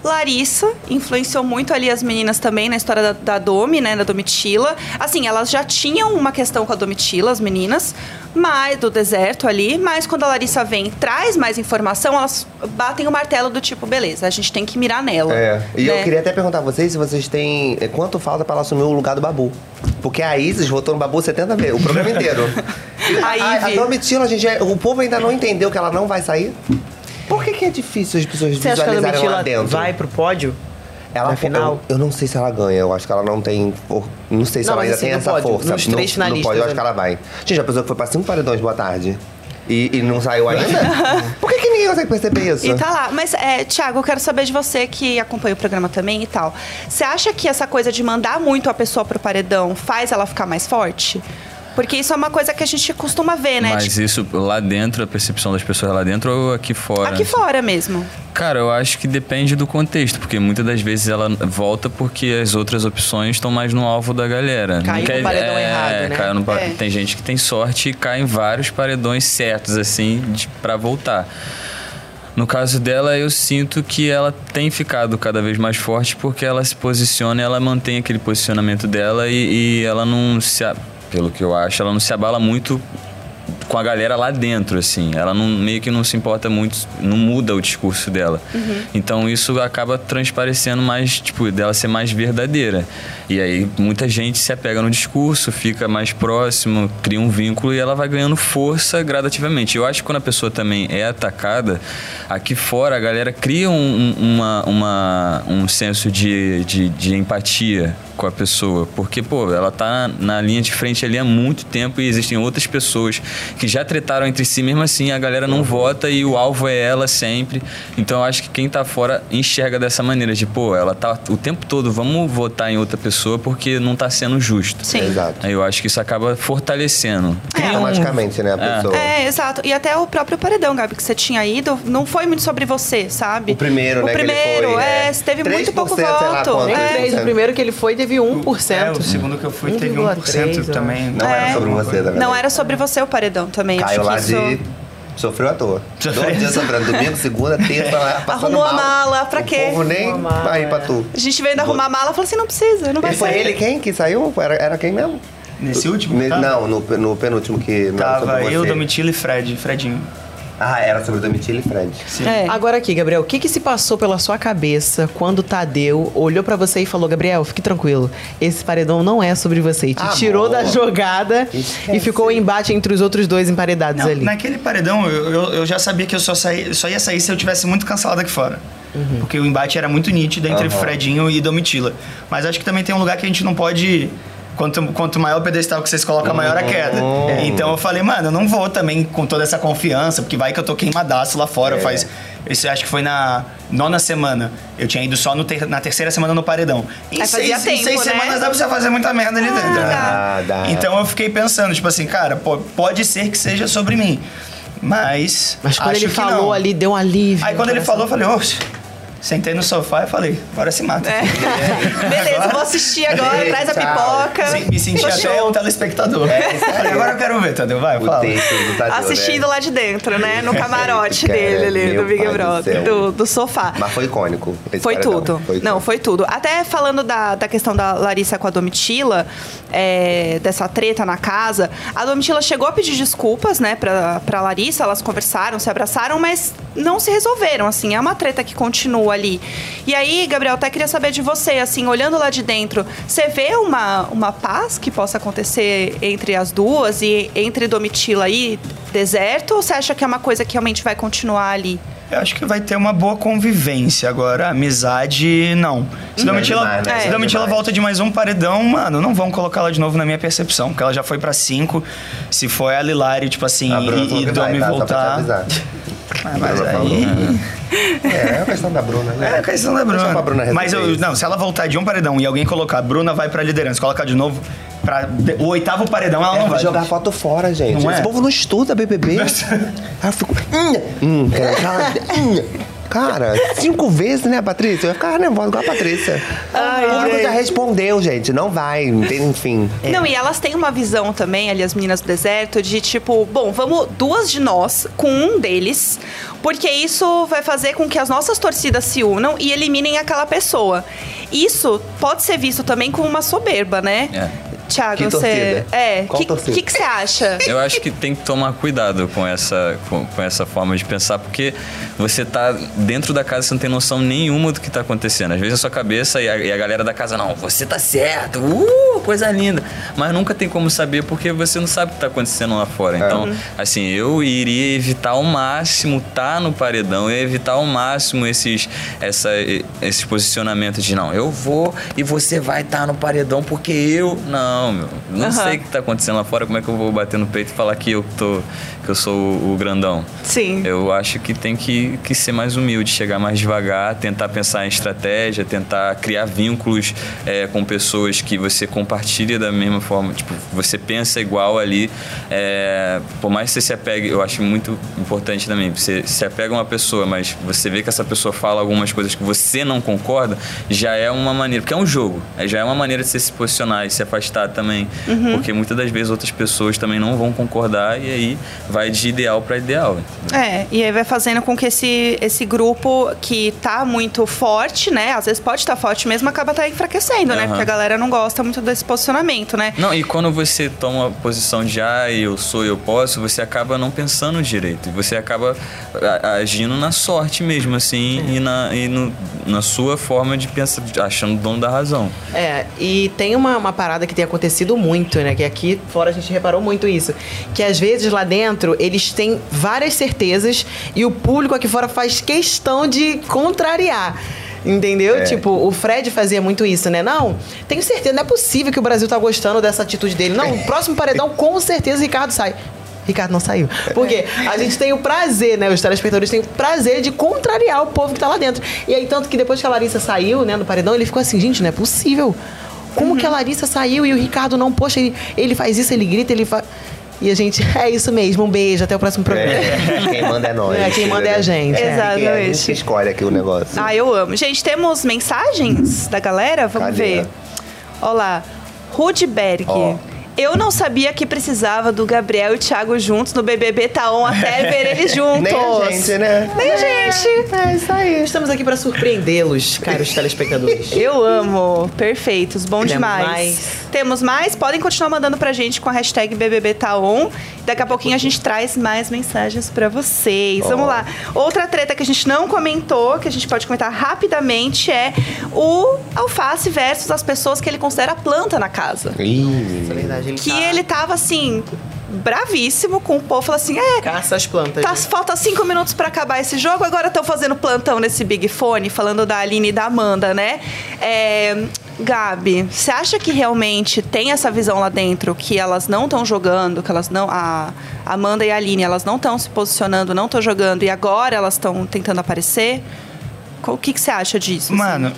Larissa influenciou muito ali as meninas também na história da, da Domi, né? Da Domitila. Assim, elas já tinham uma questão com a Domitila, as meninas, mas do deserto ali. Mas quando a Larissa vem e traz mais informação, elas batem o martelo do tipo, beleza, a gente tem que mirar nela.
É. E
né?
eu queria até perguntar a vocês se vocês têm. eh, Quanto falta pra ela assumir o lugar do Babu? Porque a Isis votou no Babu 70 vezes, o programa inteiro.
A
a, a
Ive.
Domitila, a gente, já- o povo ainda não entendeu que ela não vai sair. Por que, que é difícil as pessoas
Você acha que a
visualizarem lá
Domitila
dentro?
vai pro pódio?
ela
na final?
Eu, eu não sei se ela ganha, eu acho que ela não tem. for- Não sei se
Não,
ela
mas
ainda
assim,
tem
no
essa
pódio,
força.
nos
No-
três
no,
finalistas,
pódio, eu acho
né?
que ela vai. Gente, a pessoa que foi pra cinco paredões, boa tarde. E, e não saiu ainda? Por que, que ninguém consegue perceber isso?
E tá lá. Mas, é, Thiago, eu quero saber de você que acompanha o programa também e tal. Você acha que essa coisa de mandar muito a pessoa pro paredão faz ela ficar mais forte? Porque isso é uma coisa que a gente costuma ver, né?
Mas
Tipo,
isso lá dentro, a percepção das pessoas lá dentro ou aqui fora? assim.
aqui fora mesmo.
Cara, eu acho que depende do contexto, porque muitas das vezes ela volta porque as outras opções estão mais no alvo da galera.
Caiu
Nunca
no
é-
paredão
é,
errado, né?
caiu no pa-
É.
Tem gente que tem sorte e cai em vários paredões certos, assim, de, pra voltar. No caso dela, eu sinto que ela tem ficado cada vez mais forte porque ela se posiciona, ela mantém aquele posicionamento dela e, e ela não se. a- Pelo que eu acho, ela não se abala muito com a galera lá dentro, assim. Ela não, meio que não se importa muito, não muda o discurso dela. Então isso acaba transparecendo mais, tipo, dela ser mais verdadeira. E aí muita gente se apega no discurso, fica mais próximo, cria um vínculo e ela vai ganhando força gradativamente. Eu acho que quando a pessoa também é atacada, aqui fora a galera cria um, um- uma, uma- um senso de, de, de empatia com a pessoa. Porque, pô, ela tá na linha de frente ali há muito tempo e existem outras pessoas que já tretaram entre si, mesmo assim a galera não vota e o alvo é ela sempre. Então eu acho que quem tá fora enxerga dessa maneira, de, pô, ela tá o tempo todo, vamos votar em outra pessoa porque não tá sendo justo.
Sim.
Exato.
Aí eu acho que isso acaba fortalecendo. Cria um-
Automaticamente, né, a pessoa.
É, exato. E até o próprio paredão, Gabi, que você tinha ido, não foi muito sobre você, sabe?
O primeiro,
o
né, que ele
primeiro,
foi,
é,
né?
você teve muito pouco
3%, sei lá
voto.
quanto.
Nem
É.
três. O primeiro que ele foi teve 1%.
É, o segundo que eu fui teve
1,3,
1% também.
Não era
É.
sobre você, tá vendo?
Não era sobre você o paredão também.
Caiu
Acho
lá
que isso.
de. Sofreu à toa.
Sofreu.
Dois dias sofrendo. Domingo, segunda, terça, lá, passando
Arrumou a
mal.
mala, pra quê?
O povo nem
Arrumou a mala, é.
aí pra tu.
A gente veio ainda arrumar a mala e falou assim: não precisa, não vai
E foi
sair.
ele quem que saiu? Era, era quem mesmo?
Nesse último?
Ne-
tá?
Não, no, pe- no penúltimo que não era
Tava
sobre
eu,
você.
Domitila e Fred, Fredinho.
Ah, era sobre Domitila e Fred.
Sim.
É.
Agora aqui, Gabriel, o que que se passou pela sua cabeça quando o Tadeu olhou pra você e falou, Gabriel, fique tranquilo, esse paredão não é sobre você. E te
Amor.
tirou da jogada
Esquece.
e ficou o embate entre os outros dois emparedados
Não, é
ali.
Naquele paredão, eu, eu, eu já sabia que eu só, saí, só ia sair se eu tivesse muito cancelado aqui fora.
Uhum.
Porque o embate era muito nítido entre Fredinho e Domitila. Mas acho que também tem um lugar que a gente não pode. Quanto, quanto maior o pedestal que vocês colocam, maior a queda. Então eu falei, mano, eu não vou também com toda essa confiança, porque vai que eu tô queimadaço lá fora. Faz. Isso eu acho que foi na nona semana. Eu tinha ido só no ter- na terceira semana no paredão. Em
Aí fazia
seis, em
tempo,
seis
né? Ah,
semanas dá pra você fazer muita merda ali dentro. né?
dá. dá.
Então eu fiquei pensando, tipo assim, cara, pô, pode ser que seja sobre mim. Mas.
Mas quando
acho
ele
que
falou
não.
ali, deu um alívio.
Aí quando ele falou, eu falei, oxe. Sentei no sofá e falei, bora se mata.
É. Beleza, vou assistir agora, traz a
Tchau.
pipoca.
Sim, Me senti
Poxa,
até um telespectador. Falei, agora eu quero ver, Tadeu, vai,
O
fala.
texto do Tadeu,
Assistindo
né?
lá de dentro, né? No camarote
Cara,
dele ali,
meu
do Big
pai do
Brother,
céu.
do, do sofá.
Mas foi icônico. esse
Foi
paredão.
tudo. não,
icônico.
foi tudo. Até falando da, da questão da Larissa com a Domitila, é, dessa treta na casa, a Domitila chegou a pedir desculpas, né, pra, pra Larissa, elas conversaram, se abraçaram, mas não se resolveram, assim, é uma treta que continua ali. E aí, Gabriel, até queria saber de você, assim, olhando lá de dentro, você vê uma, uma paz que possa acontecer entre as duas e entre Domitila e deserto, ou você acha que é uma coisa que realmente vai continuar ali?
Eu acho que vai ter uma boa convivência agora. Amizade, não. Se Domitila,
demais, né?
se
É.
Domitila
Demais.
volta de mais um paredão, mano, não vão colocar ela de novo na minha percepção. Porque ela já foi pra cinco. Se for ela e Lari, tipo assim,
A Bruna
e,
falou
e
que vai,
Domi
tá? Só pra te
voltar.
avisar.
Ah, mas
Ela falou,
aí...
É, é a questão da Bruna, né?
É a questão da
Deixa
Bruna.
pra Bruna
Mas eu,
resolver isso.
não, se ela voltar de um paredão e alguém colocar, a Bruna vai pra liderança, colocar de novo pra de- o oitavo paredão, ela
É,
não
vai
vai.
jogar foto fora, gente.
Não
Esse
é?
povo não estuda BBB. Aí eu fico. Hum, hum, cara, cara, hum. Cara, cinco vezes, né, Patrícia? Eu ia ficar nervosa igual a Patrícia.
Ai, É.
o público
gente.
já respondeu, gente. Não vai, não tem- enfim.
É.
Não, e elas têm uma visão também, ali, as meninas do deserto, de tipo, bom, vamos duas de nós com um deles, Porque isso vai fazer com que as nossas torcidas se unam e eliminem aquela pessoa. Isso pode ser visto também como uma soberba, né?
É.
Tiago,
Que
você.
torcida?
É,
Qual
que,
torcida?
que que você acha?
Eu acho que tem que tomar cuidado com essa, com, com essa forma de pensar, porque você tá dentro da casa, você não tem noção nenhuma do que tá acontecendo. Às vezes a sua cabeça e a, e a galera da casa, não, você tá certo, uh, coisa linda. Mas nunca tem como saber porque você não sabe o que tá acontecendo lá fora. Então, assim, eu iria evitar ao máximo tá no paredão, eu ia evitar ao máximo esses, essa, esses posicionamentos de não, eu vou e você vai estar no paredão porque eu. Não, meu, não
Aham.
sei o que tá acontecendo lá fora, como é que eu vou bater no peito e falar que eu tô. que eu sou o, o grandão.
Sim.
Eu acho que tem que, que ser mais humilde, chegar mais devagar, tentar pensar em estratégia, tentar criar vínculos é, com pessoas que você compartilha da mesma forma, tipo, você pensa igual ali. é, por mais que você se apegue, eu acho muito importante também, você se apega a uma pessoa, mas você vê que essa pessoa fala algumas coisas que você não concorda, já é uma maneira, porque é um jogo, é, já é uma maneira de você se posicionar e se afastar também, porque muitas das vezes outras pessoas também não vão concordar e aí vai de ideal para ideal.
É, e aí vai fazendo com que esse, esse grupo que tá muito forte, né? Às vezes pode estar forte mesmo, acaba até enfraquecendo, né?
Aham.
Porque a galera não gosta muito desse posicionamento, né?
Não, e quando você toma a posição de ah, eu sou, eu posso, você acaba não pensando direito. Você acaba a- agindo na sorte mesmo, assim, e, na, e no- na sua forma de pensar, achando o dono da razão.
É, e tem uma, uma parada que tem acontecido muito, né? Que aqui fora a gente reparou muito isso. Que às vezes lá dentro eles têm várias certezas e o público aqui fora faz questão de contrariar. Entendeu? Tipo, o Fred fazia muito isso, né? Não, tenho certeza, não é possível que o Brasil tá gostando dessa atitude dele. Não, o próximo paredão, com certeza, o Ricardo sai. Ricardo não saiu. Porque a gente tem o prazer, né? Os telespectadores têm o prazer de contrariar o povo que tá lá dentro. E aí, tanto que depois que a Larissa saiu, né, no paredão, ele ficou assim, gente, não é possível. Como que a Larissa saiu e o Ricardo não? Poxa, ele, ele faz isso, ele grita, ele faz. E a gente, é isso mesmo, um beijo, até o próximo programa.
É, quem manda é nós.
É, quem manda é a gente.
É,
Exatamente.
É a gente que escolhe aqui o negócio.
Ah, eu amo. Gente, temos mensagens da galera? Vamos
Cadê?
ver. Olá. Rudberg.
Ó.
Eu não sabia que precisava do Gabriel e Thiago juntos no BBB Taon até ver eles juntos.
Nem a gente, né?
Nem a gente.
É isso aí. Estamos aqui para surpreendê-los, caros telespectadores.
Eu amo. Perfeitos. Bom
Temos
demais.
mais.
Temos mais. Podem continuar mandando pra gente com a hashtag BBB Taon. Daqui a pouquinho a gente traz mais mensagens pra vocês. Vamos lá. Outra treta que a gente não comentou, que a gente pode comentar rapidamente, é o alface versus as pessoas que ele considera planta na casa.
Na verdade, ele
Que
tá-
ele tava assim. Bravíssimo com o povo, falou assim: é,
caça as plantas. né?
Tá, falta cinco minutos pra acabar esse jogo. Agora estão fazendo plantão nesse Big Fone, falando da Aline e da Amanda, né? É, Gabi, você acha que realmente tem essa visão lá dentro que elas não estão jogando, que elas não. A Amanda e a Aline, elas não estão se posicionando, não estão jogando, e agora elas estão tentando aparecer? Qual- O que que você acha disso?
Mano,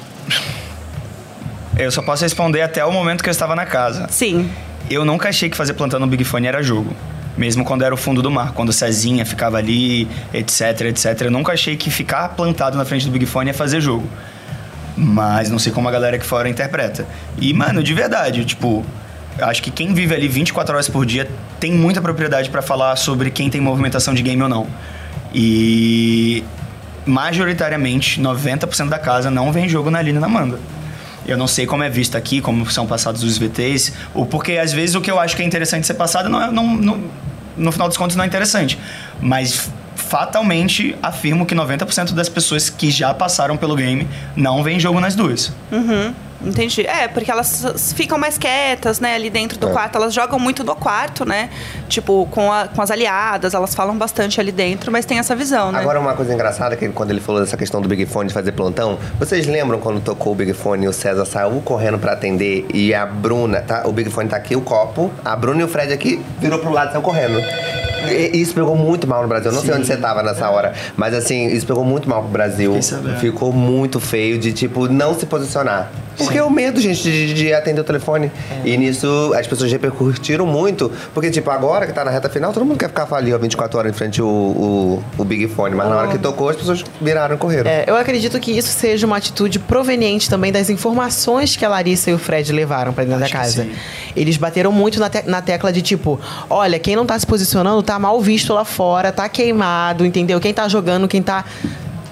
eu só posso responder até o momento que eu estava na casa.
Sim.
Eu nunca achei que fazer plantão no Big Fone era jogo. Mesmo quando era o fundo do mar, quando o Cezinha ficava ali, etc, etc. Eu nunca achei que ficar plantado na frente do Big Fone ia fazer jogo. Mas não sei como a galera aqui fora interpreta. E, mano, de verdade, tipo, acho que quem vive ali 24 horas por dia tem muita propriedade pra falar sobre quem tem movimentação de game ou não. E majoritariamente, 90% da casa não vem jogo na Lina e na Amanda. Eu não sei como é visto aqui, como são passados os VTs, ou porque às vezes o que eu acho que é interessante ser passado não é- não- não- no final dos contos não é interessante. Mas fatalmente afirmo que 90% das pessoas que já passaram pelo game não vem jogo nas duas.
Entendi. É, porque elas s- ficam mais quietas, né, ali dentro do quarto. Elas jogam muito do quarto, né? Tipo, com, a- com as aliadas, elas falam bastante ali dentro, mas tem essa visão, né?
Agora, uma coisa engraçada, é que quando ele falou dessa questão do Big Fone de fazer plantão, vocês lembram quando tocou o Big Fone e o César saiu correndo pra atender e a Bruna, tá? O Big Fone tá aqui, o copo, a Bruna e o Fred aqui virou pro lado e saiu correndo. E- isso pegou muito mal no Brasil. Eu não sei onde você tava nessa hora, mas assim, isso pegou muito mal pro Brasil.
sabendo.
Ficou muito feio de, tipo, não se posicionar. Porque é o medo, gente, de, de atender o telefone. E nisso as pessoas repercutiram muito. Porque, tipo, agora que tá na reta final, todo mundo quer ficar ali, ó, 24 horas em frente ao o, o Big Fone. Mas na hora que tocou, as pessoas viraram e correram.
É, eu acredito que isso seja uma atitude proveniente também das informações que a Larissa e o Fred levaram pra dentro da
Acho que
casa.
sim.
Eles bateram muito na, te- na tecla de tipo, olha, quem não tá se posicionando tá tá mal visto lá fora, tá queimado, entendeu? Quem tá jogando, quem tá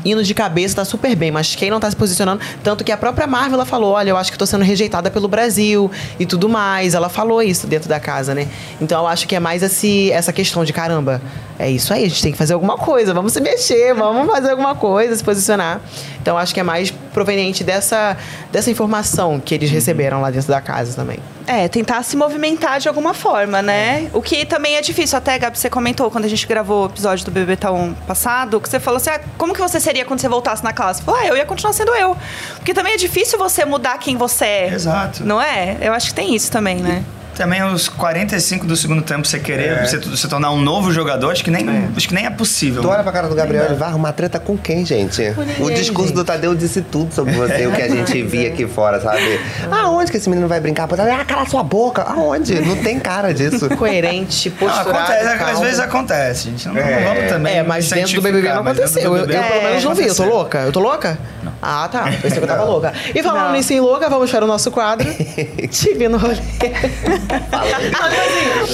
indo de cabeça tá super bem, mas quem não tá se posicionando, tanto que a própria Marvel ela falou, olha, eu acho que tô sendo rejeitada pelo Brasil e tudo mais. Ela falou isso dentro da casa, né? Então eu acho que é mais esse, essa questão de caramba, é isso aí, a gente tem que fazer alguma coisa, vamos se mexer, vamos fazer alguma coisa, se posicionar. Então eu acho que é mais proveniente dessa, dessa informação que eles receberam lá dentro da casa também.
É, tentar se movimentar de alguma forma, né? O que também é difícil. Até, Gabi, você comentou quando a gente gravou o episódio do BBB Taon passado, que você falou assim, ah, como que você seria quando você voltasse na classe? Você falou, ah, eu ia continuar sendo eu. Porque também é difícil você mudar quem você é.
Exato.
Não é? Eu acho que tem isso também, né?
Também os 45 do segundo tempo, você querer, você, você tornar um novo jogador, acho que nem é, acho que nem é possível.
Tu olha Então pra cara do Gabriel, ele vai arrumar treta com quem, gente?
ninguém,
o discurso do Tadeu disse tudo sobre você, o que a gente via aqui fora, sabe? Aonde que esse menino vai brincar? Pô, Tadeu, Ah, cala sua boca! Aonde? Não tem cara disso.
Coerente,
Não,
posturado,
acontece,
calmo.
às vezes acontece, gente. Não, não
É.
vamos também.
É, mas dentro do BBB não
mas dentro do
aconteceu. Eu, eu,
BBB
pelo menos, não vi. Eu tô
aconteceu.
louca? Eu tô louca? Ah, tá. Pensei que eu tava louca. E falando nisso em louca, vamos para o nosso quadro. Tive no rolê.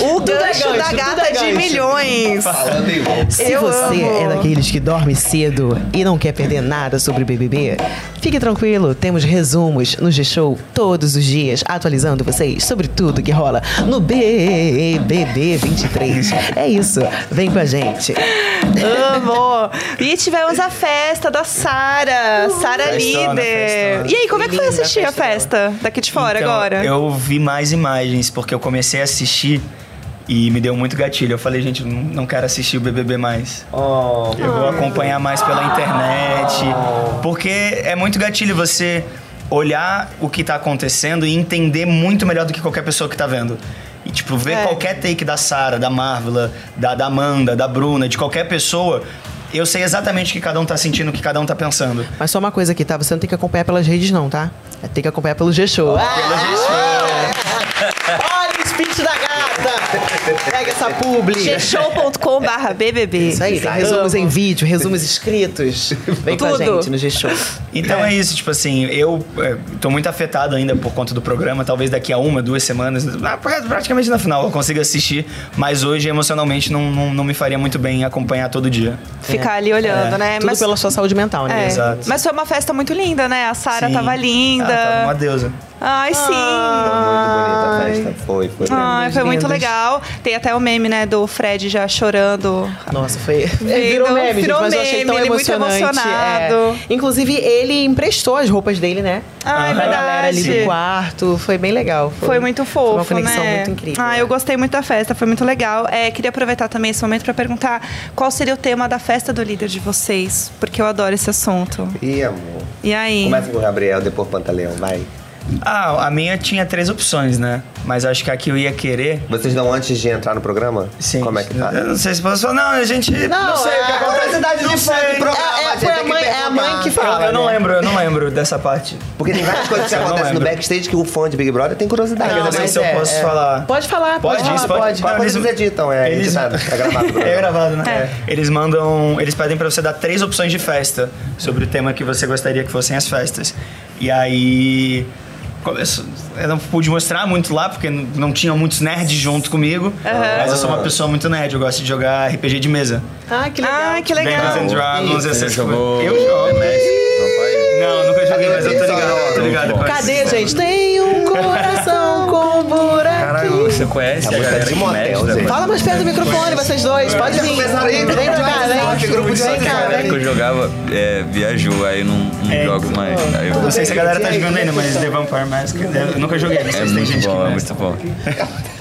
O
Tudo é
gancho da
gancho, tudo
gata
é
de
gancho.
milhões.
Falando em louco.
Se
Eu
você
amo.
é daqueles que dorme cedo e não quer perder nada sobre o BBB, fique tranquilo, temos resumos no G-Show todos os dias, atualizando vocês sobre tudo que rola no BBB 23. É isso, vem com a gente.
Amo! E tivemos a festa da Sara, Sara
Festona,
líder.
festona.
E aí, como é que foi
Linda
assistir a festa daqui de fora
Então,
agora?
Eu vi mais imagens, porque eu comecei a assistir e me deu muito gatilho. Eu falei, gente, não, não quero assistir o BBB mais. Eu vou acompanhar mais pela internet. Porque é muito gatilho você olhar o que tá acontecendo e entender muito melhor do que qualquer pessoa que tá vendo. E, tipo, ver
É.
qualquer take da Sarah, da Marvela, da, da Amanda, da Bruna, de qualquer pessoa, eu sei exatamente o que cada um tá sentindo, o que cada um tá pensando.
Mas só uma coisa aqui, tá? Você não tem que acompanhar pelas redes, não, tá? Tem que acompanhar pelo G-Show. Ah!
Pela gente.
Olha o speech da gata! Pega essa publi!
gshow.com.br BBB.
Isso aí, tem resumos em vídeo, resumos escritos. Vem com a
Tudo.
gente no G-Show.
Então é. isso, tipo assim, eu é, tô muito afetado ainda por conta do programa, talvez daqui a uma, duas semanas, ah, pra- praticamente na final eu consiga assistir, mas hoje emocionalmente não, não, não me faria muito bem acompanhar todo dia.
É.
Ficar ali olhando, né?
Tudo pela sua saúde mental, né?
é.
Exato.
Mas foi uma festa muito linda, né? A Sara
Sim.
tava linda.
Ah, tava uma deusa.
Ai, sim.
Muito bonita a festa. Foi, foi.
Ai, foi muito
lindas.
legal. Tem até o meme, né, do Fred já chorando.
Nossa, foi.
Veio,
virou meme, gente,
virou
mas eu achei
meme,
tão
ele muito
emocionante.
emocionado.
é. Inclusive, ele emprestou as roupas dele, né?
Ai,
Pra galera ali do
verdade.
quarto. Foi bem legal.
Foi muito fofo,
Foi uma conexão
né?
muito incrível. é.
Ah, eu gostei muito da festa, foi muito legal. É, queria aproveitar também esse momento para perguntar qual seria o tema da festa do líder de vocês, porque eu adoro esse assunto.
Ih, amor.
E aí?
Começa com o Gabriel, depois Pantaleão, vai.
Ah, a minha tinha três opções, né? Mas acho que a que eu ia querer.
Vocês não antes de entrar no programa?
Sim.
Como é que tá?
Eu não sei se posso falar. Não, a gente. Não, sei o que
é-
acontece. Não sei.
É, é, foi a mãe- é a mãe que fala,
Eu não
né?
lembro, eu não lembro dessa parte.
Porque tem várias coisas que
Eu não
acontecem no
lembro.
backstage que o fã de Big Brother tem curiosidade.
Não,
né?
mas eu não sei Tá, se eu posso falar.
Pode falar, pode,
Pode, isso
falar, pode.
pode.
Mas
eles-
vocês editam, é
eles-
editado, é gravado.
É gravado, né? Eles mandam. Eles pedem pra você dar três opções de festa sobre o tema que você gostaria que fossem as festas. E aí. como Eu sou- eu não pude mostrar muito lá, porque n- não tinham muitos nerds junto comigo. Mas eu sou uma pessoa muito nerd, eu gosto de jogar RPG de mesa.
Ah, que legal.
Ah, que legal.
Dungeons and Dragons, essas
jogou-
coisas. Eu jogo, né?
Então,
Não, nunca joguei, mas eu tô ligado, tô ligado. com essas-
Cadê, gente? Tem um coração com um buraco.
Você conhece
Essa
a
música
galera
é de
que né?
motel,
mestra,
gente.
Fala mais perto do microfone, vocês dois. Pode vir. Vem pra cá,
começaram aí,
vem.
já começaram aqui, grupo de
Vem cá,
sangue,
galera que eu
vem.
jogava é, viajou, aí não, não jogo mais. Aí eu-
É. Não sei se a galera tá jogando ainda, mas The Vampire Massacre, né, eu nunca joguei, não
é
sei se tem
muito
gente
bom, é
que gosta.
muito bom.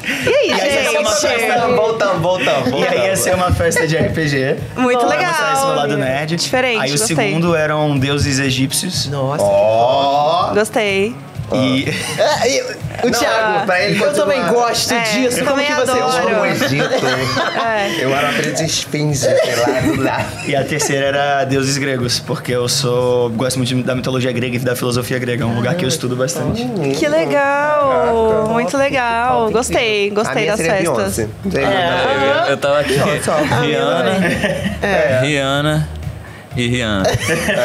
E aí,
essa é uma
gente?
festa-
Voltamos, voltamos, voltamos.
E aí ia ser uma festa de RPG.
Muito
Pra mostrar esse meu
legal.
lado nerd.
Diferente,
Aí o
gostei.
segundo eram deuses egípcios.
Nossa.
Ó.
Gostei.
E
É, e- O Thiago,
pra ele
é, eu também
continuar.
gosto
É,
disso.
eu
Como
também
que você
adoro.
gosta?
Amo o Egito. Eu era uma atriz de esfinge, sei lá, do nada.
E a terceira era deuses gregos, porque eu sou. gosto muito de- da mitologia grega e da filosofia grega. É um lugar que eu estudo bastante.
Que legal. Muito legal. Gostei,
A
gostei
minha
das
seria
festas.
Beyoncé.
É.
Sei
É.
lá.
Ah, é.
Eu, eu tava aqui. Rihanna. Rihanna. e Rihanna.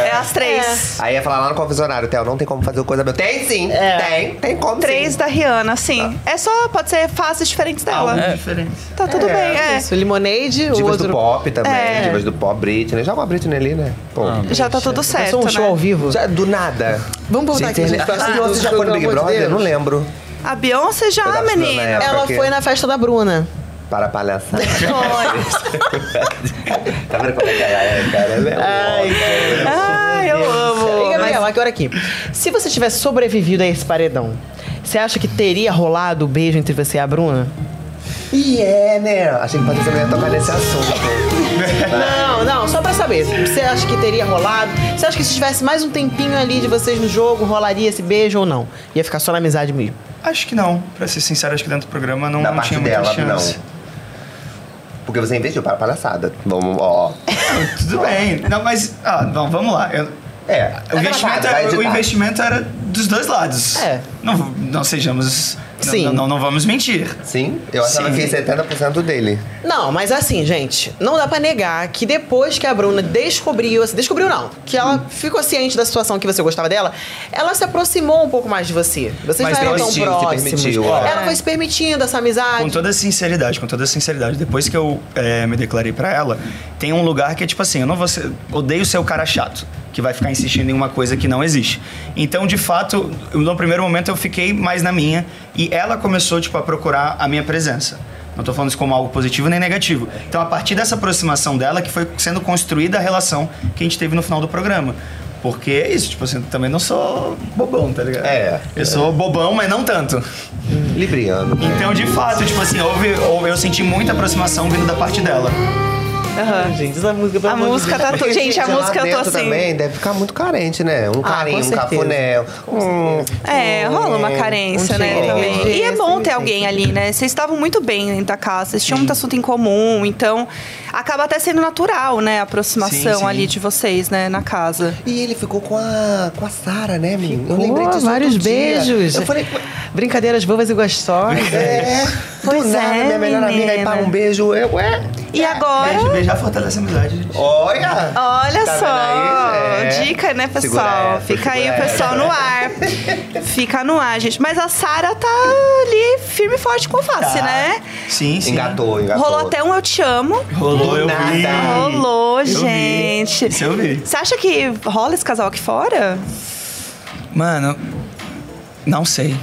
É as três.
Aí ia falar lá no confessionário, Theo, não tem como fazer coisa meu. Tem sim, tem, tem como
Três
sim.
da Rihanna, sim. É só, pode ser fases diferentes dela.
é.
Algo diferente.
Tá tudo bem, é.
Isso, Lemonade, o
Divas
outro...
do pop também,
É.
divas do pop, Britney. Joga uma Britney ali, né? Pô.
Já tá tudo certo,
Passou um
né?
show ao vivo.
Já, do nada.
Vamos voltar aqui, Ah.
Gente,
gente, pra
a
esse
Beyoncé
assunto,
já foi no
pelo
Big
amor de
Brother?
Deus.
Não lembro.
A Beyoncé
Eu
já,
tava estudando na
menina.
época.
Ela
porque-
foi na festa da Bruna.
Para palhaçada. tá vendo como é que ela é, cara? Ela é louca.
Ai, Ah, eu amo.
E Gabriel, agora aqui. Se você tivesse sobrevivido a esse paredão, você acha que teria rolado o beijo entre você e a Bruna?
E é, né? Achei que Patrícia não ia tocar nesse assunto.
Não, não, só pra saber. Você acha que teria rolado? Você acha que se tivesse mais um tempinho ali de vocês no jogo, rolaria esse beijo ou não? Ia ficar só na amizade mesmo.
Acho que não. Pra ser sincero, acho que dentro do programa não,
da
não
parte
tinha muita
dela,
chance.
não. Porque você investiu para palhaçada. Vamos, ó.
Tudo bem. Não, mas... Ah, não, vamos lá. Eu-
É.
o, investimento
vai
era, o
editar.
investimento era dos dois lados.
É.
Não, não sejamos... não-
Sim.
Não, não, não vamos mentir.
Sim, eu achava
Sim.
que 70% dele.
Não, mas assim, gente, não dá pra negar que depois que a Bruna descobriu, assim, descobriu não, que ela ficou ciente da situação que você gostava dela, ela se aproximou um pouco mais de você. Vocês
Mas
não eram tão
permitiu, se
próximos.
permitiu, ó.
Ela foi se permitindo essa amizade.
Com toda sinceridade, com toda sinceridade. Depois que eu eh, me declarei pra ela, tem um lugar que é tipo assim, eu não vou ser, odeio ser o cara chato, que vai ficar insistindo em uma coisa que não existe. Então, de fato, eu- no primeiro momento eu fiquei mais na minha e ela começou tipo a procurar a minha presença. Não tô falando isso como algo positivo nem negativo. Então, a partir dessa aproximação dela que foi sendo construída a relação que a gente teve no final do programa. Porque é isso, tipo assim, eu também não sou bobão, tá ligado?
É.
Eu sou bobão, mas não tanto.
Libriano.
Então, de fato, tipo assim, houve, houve- eu senti muita aproximação vindo da parte dela.
Ai, gente, essa música, pelo
A
amor de
música
Deus.
tá tudo. Gente, a
lá
música eu tô
dentro
assim. Ah,
também deve ficar muito carente, né? Um carinho,
com
um
certeza.
cafuné. Hum,
É, rola uma
hum,
carência,
um
né?
cheirinho,
Também. E é
esse,
bom ter
sim.
alguém ali, né? Vocês estavam muito bem dentro da casa, vocês tinham muito assunto em comum, então acaba até sendo natural, né? A aproximação
Sim, sim.
ali de vocês, né? Na casa.
E ele ficou com a, com a Sara, né, menino? Eu
Pô,
lembrei disso
vários
outro dia.
beijos.
Eu falei,
Brincadeiras bobas e gostosas.
é,
Pois
do nada,
é,
minha melhor amiga, aí
menina.
pá, um beijo, eu, ué.
E agora.
Beijo, beijar fortalece a amizade, gente.
Olha!
Olha só,
Tá vendo aí? É.
dica, né,
Segura
pessoal?
essa,
Fica aí o
segura
pessoal no ar. Fica no ar, gente. Mas a Sara tá ali firme e forte com o face,
Tá.
né?
Sim, sim.
Engatou, engatou.
Rolou até um Eu Te Amo.
Rolou, eu vi.
nada.
Rolou,
Eu vi.
gente.
Isso eu vi.
Você acha que rola esse casal aqui fora?
Mano, não sei.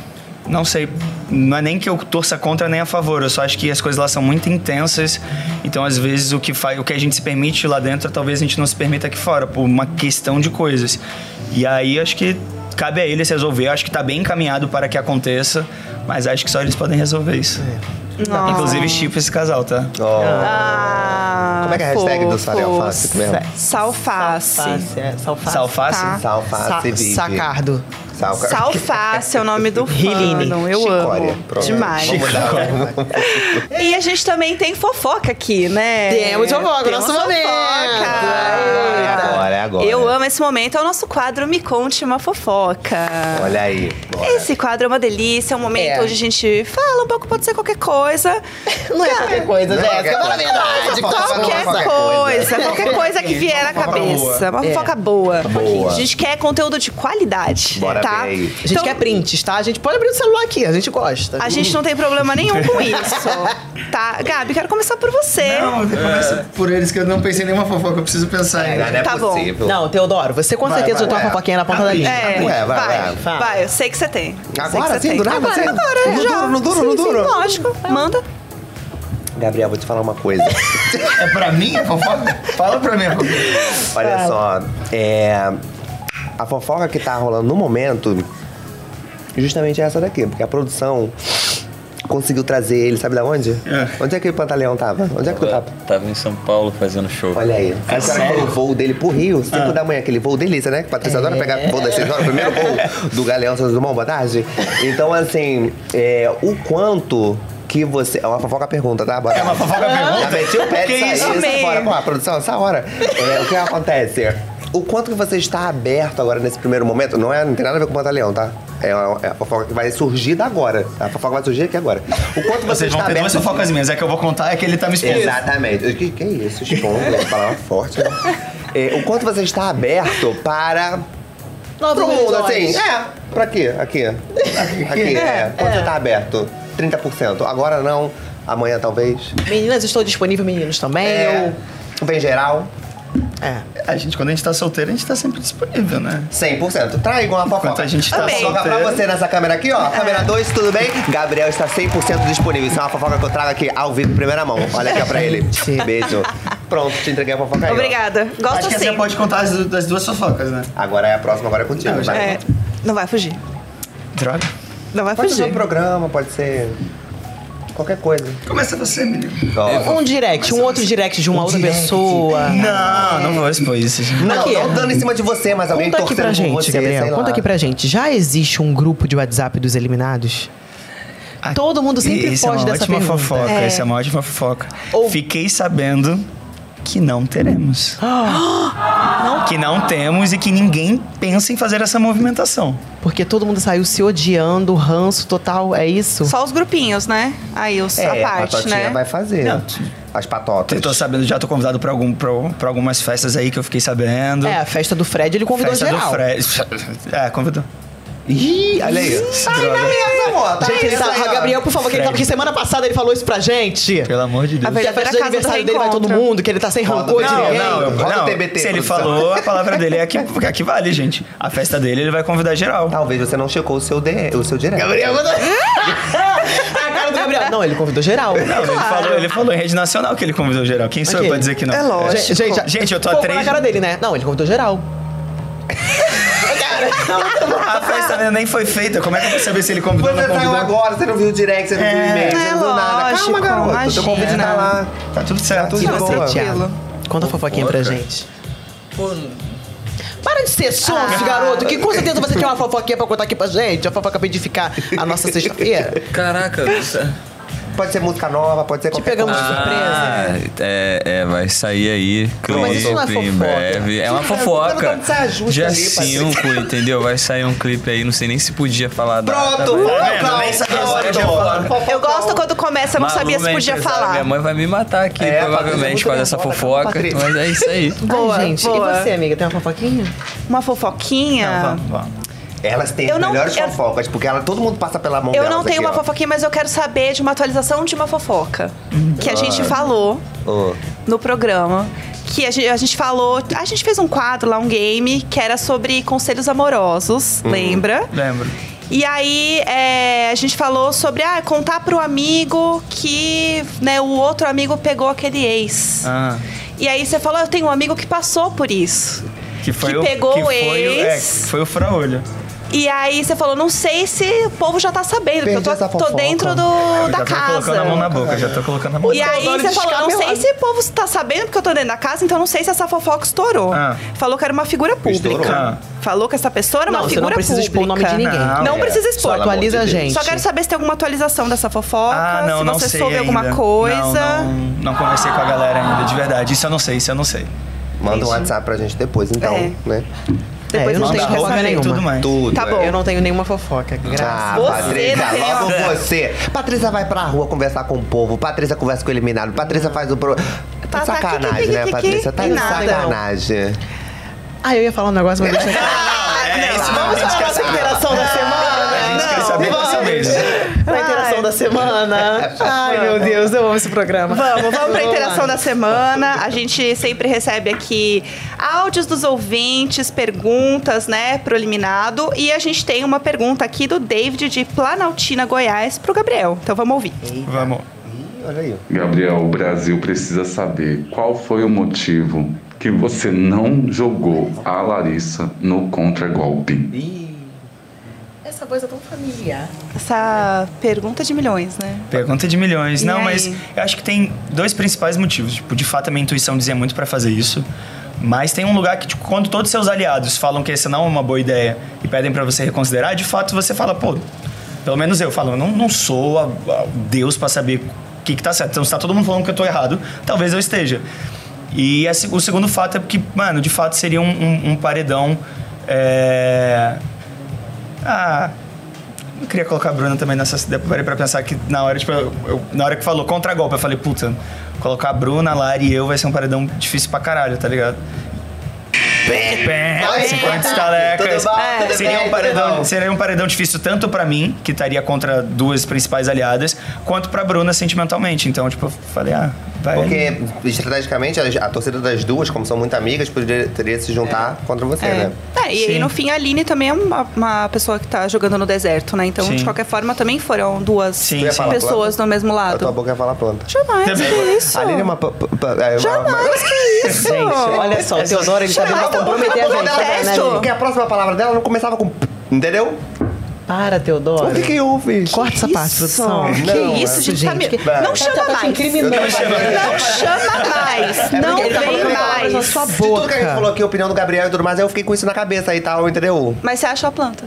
Não sei. Não é nem que eu torça contra nem a favor. Eu só acho que as coisas lá são muito intensas. Então, às vezes, o que, fa... o que a gente se permite lá dentro, talvez a gente não se permita aqui fora, por uma questão de coisas. E aí, acho que cabe a eles resolver. Eu Acho que tá bem encaminhado para que aconteça, mas acho que só eles podem resolver isso.
Nossa.
Inclusive, tipo esse casal, tá?
Ó,
Ah,
Como é que é a hashtag do
fofos.
Sarel Face mesmo?
Salface.
Salface, é, salface.
Salface?
Tá.
Sa-
Salface, Vivi.
sacardo.
Salca.
Salface é o nome do
Riline.
fano. Eu
Chicória.
amo.
Pronto.
Demais.
Vamos mudar.
E a gente também tem fofoca aqui, né?
Temos fofoca,
Temos
nosso momento.
É agora, é agora.
Eu amo esse momento, é o nosso quadro Me Conte Uma Fofoca.
Olha aí. bora.
Esse quadro é uma delícia, é um momento
É.
onde a gente fala um pouco, pode ser qualquer coisa.
Não é qualquer coisa,
Não é
Jéssica.
qualquer
Fala a
coisa.
verdade.
Fofoca
Qual que é?
Qualquer
boa.
coisa,
É.
qualquer coisa que vier na cabeça. Uma fofoca boa.
Boa.
A gente quer conteúdo de qualidade,
Bora
tá?
bem. A
A gente quer prints, tá? A gente pode abrir o celular aqui, a gente gosta.
A gente não tem problema nenhum com isso, tá? Gabi, quero começar por você.
Não, começa por eles, que eu não pensei em nenhuma fofoca, eu preciso pensar ainda.
Não é
Tá bom.
possível.
Não, Teodoro, você com
Vai,
certeza
vai,
já tem
vai.
uma fofoquinha na ponta da língua.
É,
Ué, vai,
vai,
vai,
fala.
vai, eu sei que você tem. Eu sei
Agora,
que você
assim,
tem.
do nada,
Agora,
assim?
agora,
No
já.
duro, no duro, no
Sim, sim,
duro?
Lógico, manda.
Gabriel, vou te falar uma coisa.
É pra mim a fofoca? Fala pra mim a fofoca.
Olha só, é, a fofoca que tá rolando no momento, justamente é essa daqui, porque a produção conseguiu trazer ele, sabe da onde?
É.
Onde é que o Pantaleão tava? Onde é que tu tava?
Tava em São Paulo fazendo show.
Olha aí. É
sério? Ah.
o voo dele pro Rio, 5 da manhã, aquele voo delícia, né? Que Patrícia adora
É.
pegar voo das 6 horas, o primeiro voo do Galeão Santos Dumont, boa tarde. Então, assim, é, o quanto que você. É uma fofoca pergunta, tá? Bora. É
uma fofoca pergunta?
Já meti o pé
Que
de sair,
isso?
sai
Amei.
fora com a produção, essa hora. É, o que acontece? O quanto que você está aberto agora nesse primeiro momento, não, é, não tem nada a ver com o Pantaleão, tá? É uma- é a fofoca que vai surgir da agora. A fofoca vai surgir aqui agora. O quanto você
Vocês
está
vão ter duas
aberto
fofocas minhas. É que eu vou contar é que ele tá me expondo.
Exatamente. Que, que isso, expondo, é uma palavra forte. né? é, o quanto você está aberto para
Novos
pro mundo,
horizontes.
assim. É, pra quê? Aqui. Aqui, é. Quanto você tá aberto? 30%. Agora não, amanhã talvez.
Meninas, estou disponível, meninos também.
É. Bem geral,
Eu, é.
A gente, quando a gente tá solteiro, a gente tá sempre disponível, né?
100%. Traz igual uma fofoca.
Enquanto a gente tá
Amei.
Fofoca pra
solteiro.
você nessa câmera aqui, ó. Câmera 2, tudo bem? Gabriel está 100% disponível. Isso é uma fofoca que eu trago aqui ao vivo, em primeira mão. Olha aqui ó, pra ele.
Gente.
Beijo. Pronto, te entreguei a fofoca aí. ó.
Obrigada.
Acho
Gosto
que assim
sim.
é
você pode contar as, das duas fofocas, né?
Agora é a próxima, agora é contigo.
Não, já
vai.
É, não vai fugir.
Droga.
Não vai
Pode ser um
fugir.
programa, pode ser qualquer coisa.
Começa você, menino.
Tá. É,
Um direct, um outro direct de uma outra
direct.
pessoa.
Ah, Não, não vou expor isso, gente.
Não,
Aqui.
não dando em cima de você, mas alguém
Conta aqui pra
torcendo por
gente,
você, sei
Gabriel.
lá.
Conta aqui pra gente. Já existe um grupo de WhatsApp dos eliminados?
Ah,
Todo mundo sempre
isso é
foge
uma
dessa
ótima
pergunta.
fofoca,
É.
Isso é uma ótima fofoca.
Ou-
Fiquei sabendo que não teremos. Que não temos e que ninguém pensa em fazer essa movimentação.
Porque todo mundo saiu se odiando, ranço total, é isso?
Só os grupinhos, né? Aí os,
É,
a parte,
patotinha
né?
vai fazer.
Não.
As patotas.
Eu tô sabendo, já tô convidado pra, algum, pra, pra algumas festas aí que eu fiquei sabendo.
É, a festa do Fred, ele convidou
Festa do
geral.
Fred. É, convidou.
Ih, olha aí.
Droga.
Beleza, amor. Tá
Gente, ele
isso
tá,
aí, ó.
Gabriel, por favor, que ele
Fred.
tava aqui semana passada, ele falou isso pra gente.
Pelo amor de Deus.
A
Que a festa tá do
verdadeira casa do
aniversário dele vai todo
reencontro.
mundo, que ele tá sem
Roda
rancor de
bem.
ninguém.
Não, não,
Roda
Roda
o
o TBT,
se ele
produção.
falou, a palavra dele é que, que que vale, gente. A festa dele, ele vai convidar geral.
Talvez você não checou o seu, D, o seu direct. Gabriel,
A cara do Gabriel. Não, ele convidou geral.
Não, ele, falou, ele falou em rede nacional que ele convidou geral. Quem sou
Ok.
eu pra dizer que não?
É lógico.
Gente, gente,
Gente, eu tô há
fogo na
três-
cara dele, né? Não, ele convidou geral.
A festa ainda nem foi feita. Como é que eu vou saber se ele convidou ou não
você saiu
convidou?
agora, você não viu o direct, você não viu o e-mail, você
É
não viu nada.
lógico,
Calma, garoto.
imagina.
Teu convite tá lá.
Tá tudo certo.
Tudo de
Não,
boa.
tranquilo.
Conta a fofoquinha pra gente. Para de ser sonso, garoto, que com certeza você tem uma fofoquinha pra contar aqui pra gente. A fofoca pra edificar a nossa sexta-feira.
Caraca,
Pode ser música nova, pode ser
Te
qualquer
pegamos de
coisa.
surpresa.
é, é, vai sair aí,
Não, mas isso não é
clipe em
fofoca.
breve. É uma
Tira,
fofoca.
quando você ajusta
Dia
ali, parceiro.
5, entendeu? Vai sair um clipe aí, não sei nem se podia falar da data.
Pronto,
vendo? Nem sabia se podia
então.
falar.
Eu gosto quando começa, eu não
Malu,
sabia se
minha
podia
empresária,
falar.
Minha mãe vai me matar aqui,
É, Patrícia,
provavelmente,
muito
por causa
bem,
dessa
bota,
fofoca.
Patrícia.
Mas é isso aí.
Boa,
Ai, gente.
boa.
E você, amiga, tem uma fofoquinha?
Uma fofoquinha.
Não, vamos, vamos.
Elas têm
Eu
as
não-
melhores
eu-
fofocas, porque ela, todo mundo passa pela mão
Eu
delas
não tenho
aqui,
uma
ó.
fofoquinha, mas eu quero saber de uma atualização de uma fofoca. Que a gente falou
Ô,
no programa. Que a gente, a gente falou. A gente fez um quadro lá, um game, que era sobre conselhos amorosos, lembra?
Lembro.
E aí é, a gente falou sobre ah, contar pro amigo que né, o outro amigo pegou aquele ex.
Ah,
E aí você falou, eu tenho um amigo que passou por isso.
que foi
Que
o.
pegou
que
o
foi o- é,
ex.
foi o fraolho.
E aí você falou, não sei se o povo já tá sabendo,
Perdi
porque
essa
eu tô, tô
fofoca.
dentro do,
Eu
da
É, já tô colocando
casa.
a mão na boca, já tô colocando a mão
E
na boca.
aí
adoro
você falou, não sei
descabelado.
se o povo tá sabendo porque eu tô dentro da casa, então não sei se essa fofoca estourou.
Ah.
Falou que era uma figura pública.
Estourou.
Ah.
Falou que essa pessoa era
Não,
uma
você não
figura
precisa expor o nome de
pública.
ninguém.
Não,
Não
é.
precisa
Só
expor.
Pelo amor de
Atualiza a
Deus.
gente.
Só quero saber se tem alguma atualização dessa fofoca,
Ah, não,
se
não
você
sei
soube
ainda.
alguma coisa.
Não, não, não conversei com a galera ainda, de verdade. Isso eu não sei, isso eu não sei.
Manda um WhatsApp pra gente depois, então,
É.
né?
É,
Depois
eu não
a
tenho
gente
Manda
fofoca
quer
roupa
saber.
e
nenhuma.
tudo mais.
Tudo.
Tá
é.
bom.
Eu não tenho nenhuma fofoca,
Ah,
graças.
Você
Patrícia,
não tem
logo
uma-
você. Patrícia vai pra rua conversar com o povo. Patrícia conversa com o eliminado. Patrícia faz o... Pro... Tá
Tá,
de
tá, que,
sacanagem,
que, que,
né,
que,
Patrícia? Tá
que
de
nada, não.
sacanagem.
Ah, eu ia falar um negócio, mas deixa eu...
Ah,
É, isso não, a
Vamos para a
gente quer
nossa
saber.
interação da semana?
A gente quer
Não,
saber
vamos.
dessa vez.
Na interação da semana. Ai, meu Deus, eu amo esse programa.
Vamos, vamos pra
lá.
interação da semana. A gente sempre recebe aqui áudios dos ouvintes, perguntas, né, pro eliminado. E a gente tem uma pergunta aqui do David de Planaltina, Goiás, pro Gabriel. Então vamos ouvir.
Vamos.
Ih, olha aí.
Gabriel, o Brasil precisa saber qual foi o motivo que você não jogou a Larissa no contragolpe.
Essa voz é tão familiar.
Essa pergunta de milhões, né?
Pergunta de milhões.
E
não,
aí?
mas eu acho que tem dois principais motivos. Tipo, de fato, a minha intuição dizia muito pra fazer isso. Mas tem um lugar que, tipo, quando todos seus aliados falam que essa não é uma boa ideia e pedem pra você reconsiderar, de fato você fala, pô, pelo menos eu falo, eu não, não sou a, a Deus pra saber o que, que tá certo. Então, se tá todo mundo falando que eu tô errado, talvez eu esteja. E a se- o segundo fato é porque, mano, de fato seria um, um- um paredão. É... Ah, eu queria colocar a Bruna também nessa. Eu parei pra pensar que na hora, tipo, eu- eu- na hora que falou contra-golpe, eu falei, puta, colocar a Bruna, a Lari e eu vai ser um paredão difícil pra caralho, tá ligado?
Pé. tá.
Ai, 50 estalecas.
Tudo bom? Tudo
Seria
bem?
um, paredão, seria um paredão difícil tanto pra mim, que estaria contra duas principais aliadas, quanto pra Bruna sentimentalmente. Então, tipo, eu falei, ah, vai.
Porque, estrategicamente, a, a torcida das duas, como são muito amigas, poderia teria se juntar contra você, né?
É, e aí
Sim.
no fim a Aline também é uma, uma pessoa que tá jogando no deserto, né? Então,
Sim.
de qualquer forma, também foram duas
Sim, Tu ia falar
pessoas do mesmo
A tua
lado.
boca ia falar planta.
Jamais, que
Também.
isso?
A Tá Aline é uma... pa- pa- pa- é uma- é
Jamais, que isso?
Olha só, o Teodoro, ele tá
Jamais
tentando
tá
comprometer a
bom,
gente.
tá bom,
né,
detesto.
Aline?
Porque a próxima palavra dela não começava com... p, Entendeu?
Para, Teodoro.
O que que houve?
Corta essa parte, produção.
Que
Não,
isso,
é-
gente? Tá me-
gente,
vai.
Não chama
Tá te
mais.
incriminando.
Não chama mais.
É
Não
porque ele tá
vem
colocando palavras na
mais.
sua
De tudo que a gente falou
boca.
aqui, a opinião do Gabriel e tudo mais, eu fiquei com isso na cabeça e tal, entendeu?
Mas você acha a planta?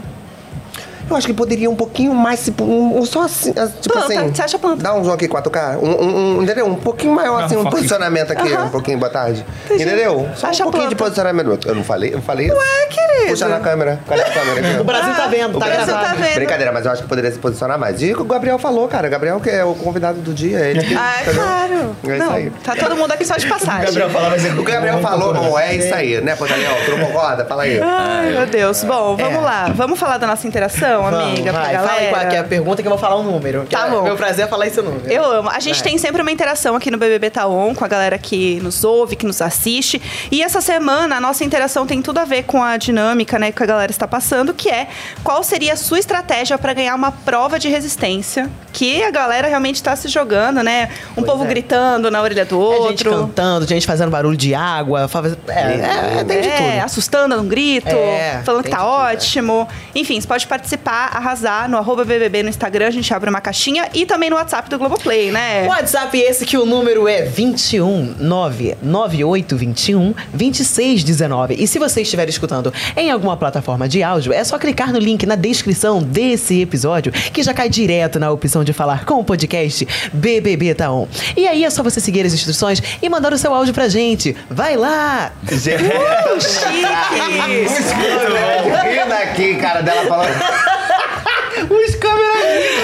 Eu acho que poderia um pouquinho mais, tipo, um, um só assim, ah, tipo
Planta,
assim.
você acha planta?
Dá um jogo aqui 4K, um, um- um, entendeu? Um pouquinho maior, assim, um
foca.
posicionamento aqui, um pouquinho, boa tarde.
Entendi.
Entendeu? Só
Acha
um pouquinho de
planta.
posicionamento. Eu não falei, eu não falei isso.
É, querido.
Puxa na câmera, cadê a câmera aqui?
O Brasil tá vendo,
O
tá
Brasil
gravado.
tá vendo.
Brincadeira, mas eu acho que poderia se posicionar mais. E o que o Gabriel falou, cara. O Gabriel que é o convidado do dia. Ele que,
Ah, é
entendeu?
claro.
É isso aí.
Não, tá todo mundo aqui só de passagem.
falava assim,
O Gabriel falou, não é isso aí, né, Pantaleão? Tu não concorda? Fala aí.
Ai, meu Deus. Bom, vamos lá. Vamos falar da nossa interação, amiga, pra
É. vai,
galera.
fala aí qual que é a pergunta que eu vou falar o número. que
Tá
é-
bom.
Meu prazer é falar esse número.
Eu amo. A gente
Vai.
tem sempre uma interação aqui no BBB Taon Tá com a galera que nos ouve, que nos assiste. E essa semana a nossa interação tem tudo a ver com a dinâmica, né, que a galera está passando, que é qual seria a sua estratégia para ganhar uma prova de resistência, que a galera realmente está se jogando, né? Um povo
é.
gritando na orelha do
É gente
outro.
cantando, gente fazendo barulho de água. faz- É, é, é, tem de
É,
tudo.
assustando num grito,
É,
falando que
tem
tá
de tudo, é.
ótimo. Enfim, você pode participar, arrasar no arroba BBB no Instagram, a gente abre uma caixinha e também no WhatsApp do Globoplay, né?
WhatsApp esse que o número é 21 99821 2619. E se você estiver escutando em alguma plataforma de áudio, é só clicar no link na descrição desse episódio, que já cai direto na opção de falar com o podcast BBB Taon. E aí é só você seguir as instruções e mandar o seu áudio pra gente. Vai lá!
Chique!
Rindo aqui, cara, dela falando. Os câmeras.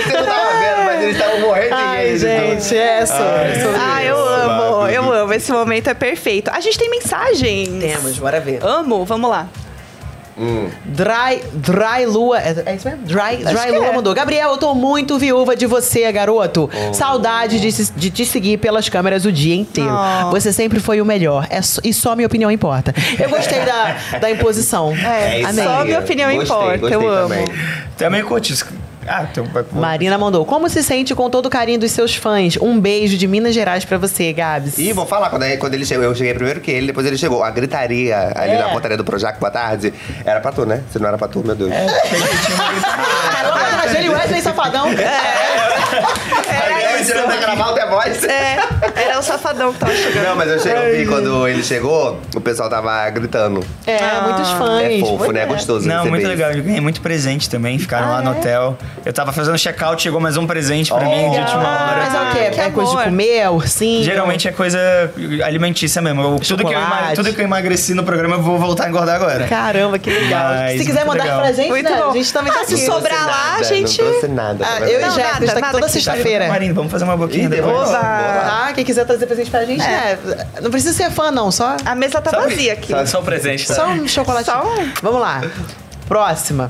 Você não tava vendo, mas eles estavam morrendo de
Ai,
rir, então.
gente, é sobre, é sobre
Ah, eu
isso.
amo, eu amo. Esse momento é perfeito. A gente tem mensagens.
Temos, bora ver.
Amo, vamos lá.
Hum.
Dry, dry Lua. É, é isso mesmo? Dry, dry
que
Lua
é.
mandou. Gabriel, eu tô muito viúva de você, garoto. Saudade de, se- de te seguir pelas câmeras o dia inteiro.
Oh.
Você sempre foi o melhor. É só- e só minha opinião importa. Eu gostei da, da imposição.
É,
isso
só
aí.
minha opinião
Gostei,
importa,
gostei
eu amo.
também.
assim, Também curti é isso. Ah, então vai pôr.
Marina mandou. Como se sente com todo o carinho dos seus fãs? Um beijo de Minas Gerais pra você, Gabs.
E vou falar, quando, quando ele chegou, eu cheguei primeiro que ele, depois ele chegou. A gritaria ali
É.
na portaria do Projac, boa tarde, era pra tu, né? Se não era pra tu, meu
É.
Deus.
Ela vai atrás dele, Wesley Safadão.
Aí eu tirando tá a gravar o The Voice.
É, era o safadão que tava chegando.
Não, mas eu, cheguei, eu vi quando ele chegou, o pessoal tava gritando.
É, muitos fãs.
É
Pois
fofo, né? É gostoso.
Não,
receber
muito
isso.
legal. Eu ganhei muito presente também.
Ah,
Ficaram lá
é?
no hotel. Eu tava fazendo check-out, chegou mais um presente pra mim de última hora.
Mas é o quê?
que
É coisa de
amor.
comer, ursinho?
Geralmente é coisa alimentícia mesmo. Eu- tudo, que eu,
Chocolate.
emag- tudo que eu emagreci no programa, eu vou voltar a engordar agora.
Caramba, que legal.
Mas
Se quiser
muito
mandar
legal.
pra gente,
Muito
né?
bom.
A gente também
Ah,
tá
se
aqui.
sobrar lá,
Nada,
gente.
Não trouxe nada.
Ah, eu
pra
e
verdade.
Não,
Jéssica, a gente
nada,
tá aqui
nada
toda
que
Tá,
sexta-feira.
Marina, vamos fazer uma boquinha
Ih,
depois.
depois.
Tá? Quem quiser trazer presente pra gente, né? Não precisa ser fã, não. Só,
A mesa tá vazia aqui.
Só, só o presente, tá?
só um chocolate.
Só um.
Vamos lá. Próxima.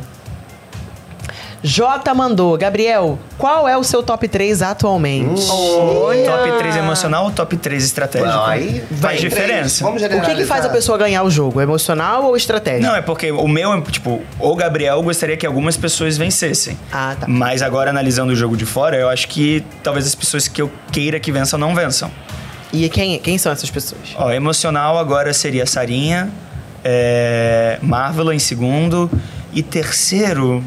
Jota mandou. Gabriel, qual é o seu top 3 atualmente?
Hum.
um
Top 3 emocional ou top 3 estratégico?
Não, aí
faz diferença.
Vamos
O que, que faz a
generalizar.
pessoa ganhar o jogo? Emocional ou estratégia?
Não, é porque o meu, tipo, o Gabriel eu gostaria que algumas pessoas vencessem.
Ah, tá.
Mas agora, analisando o jogo de fora, eu acho que talvez as pessoas que eu queira que vençam não vençam.
E quem, quem são essas pessoas?
Ó, emocional agora seria Sarinha, é, Marvel em segundo. E terceiro,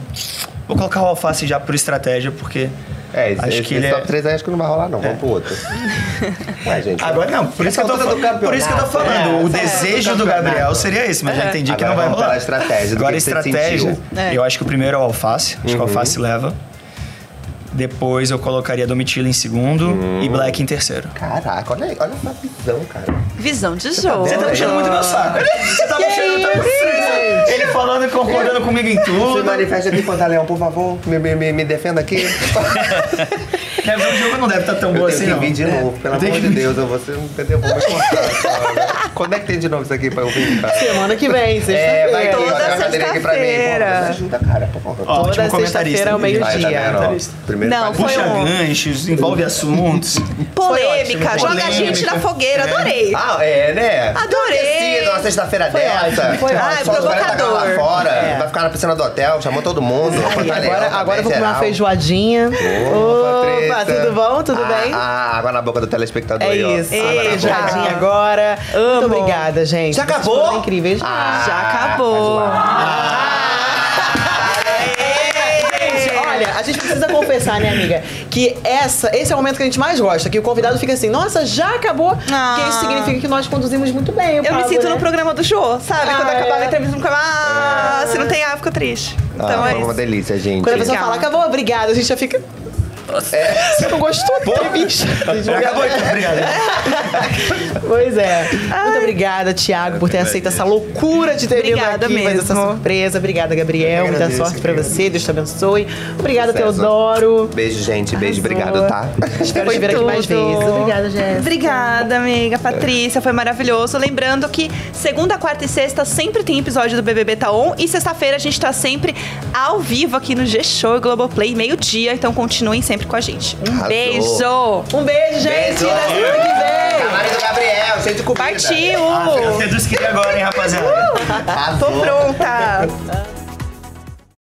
vou colocar o Alface já por estratégia, porque
É, esse,
acho
esse,
que ele
top
é...
3 aí acho que não vai rolar, não. Vamos pro outro. Ué, gente.
Agora não, por isso, que eu tô,
Essa altura do
falando- por isso que eu tô
campeonato,
falando.
né?
o
Essa altura
desejo do
campeonato.
Gabriel seria esse, mas já entendi que
Agora
não vai
vamos
rolar.
pela estratégia, do
Agora
que que você Uhum.
estratégia,
sentiu.
É.
eu acho que o primeiro é o Alface. Acho que o Alface leva. Depois eu colocaria Domitila em segundo e
Uhum.
Black em terceiro.
Caraca, olha, olha essa visão, cara.
Visão de jogo.
Você tá puxando muito meu saco. Você tá puxando tá puxando. Ele falando e concordando comigo em
Se
tudo.
manifesta aqui, Pantaleão, por favor. Me, me, me, me defenda aqui.
Quer ver É, o jogo não deve estar tão
Eu
bom
tenho
assim,
que
não.
vir de novo, pelo
Eu tenho que
amor de
vir.
Deus. Eu vou ser um cadê? Eu vou me cortar. Quando é que tem de novo isso aqui pra eu vir? Cara?
Semana que vem,
É,
sexta-feira.
vai aqui, ó,
Toda
tem uma cadeira aqui pra mim.
sexta-feira.
Pô, me ajuda, cara, por favor.
Ó, é
Toda
ótimo
sexta-feira
comentarista.
ao
Vai, tá
meio-dia.
vendo, ó? Primeiro
Não,
faz-
foi
Puxa
um-
ganchos, envolve assuntos.
Polêmica,
ótimo,
joga a gente
polêmica.
na fofogueira, adorei.
Ah, é, né?
Adorei.
Sim, numa sexta-feira dessa.
foi
Só
ótimo.
os 40 graus lá
Provocador.
fora,
É.
vai ficar na piscina do hotel, chamou todo mundo.
E
Pantaleão
agora,
também,
agora eu vou comer uma
geral.
feijoadinha. Opa,
Treta.
tudo bom? Tudo
Ah,
bem?
Ah, água na boca do telespectador
É
aí, ó. Tá
isso.
Água na boca. Ah,
Feijoadinha agora.
Amo.
Muito obrigada, gente.
Já
Vocês
acabou?
foram Incríveis.
Ah,
Já acabou.
faz lá.
Gente, Olha, a gente precisa confessar, né, amiga? Que essa, esse é o momento que a gente mais gosta. Que o convidado fica assim, nossa, já acabou.
Ah.
Porque isso significa que nós conduzimos muito bem. O
Eu me
Pablo,
sinto
né?
no programa do Jô, sabe?
Ah,
Quando acabava
é.
a entrevista, eu ficava, ah, se não tem A, fico triste. Então
Ah,
é
foi uma
isso.
delícia, gente.
Quando a pessoa
Obrigada.
fala, acabou, obrigada, a gente já fica.
É.
Você não gostou da entrevista?
Acabou, então, obrigado.
Pois é. Muito obrigada, Tiago, por ter aceito essa loucura de ter
Obrigada
vindo aqui, fazer essa
mesmo.
surpresa. Obrigada, Gabriel. Muita
agradeço,
sorte pra
querida.
você. Deus te abençoe. Obrigada,
Sucesso.
Teodoro.
Beijo, gente. Beijo,
Arrasou.
obrigado, tá?
Espero te
Foi
ver aqui mais
tudo.
vezes. Obrigada,
É.
Jéssica.
Obrigada, amiga Patrícia, foi maravilhoso. Lembrando que segunda, quarta e sexta sempre tem episódio do BBB Tá On e sexta-feira a gente tá sempre ao vivo aqui no G-Show e Globoplay, meio-dia, então continuem sempre com a gente. Um
Arrasou.
beijo!
Um beijo, gente.
Beijo.
Até semana que vem.
Salário do Gabriel, cheio de comida.
É
Partiu!
Seduz que agora, hein, rapaziada.
Tô pronta!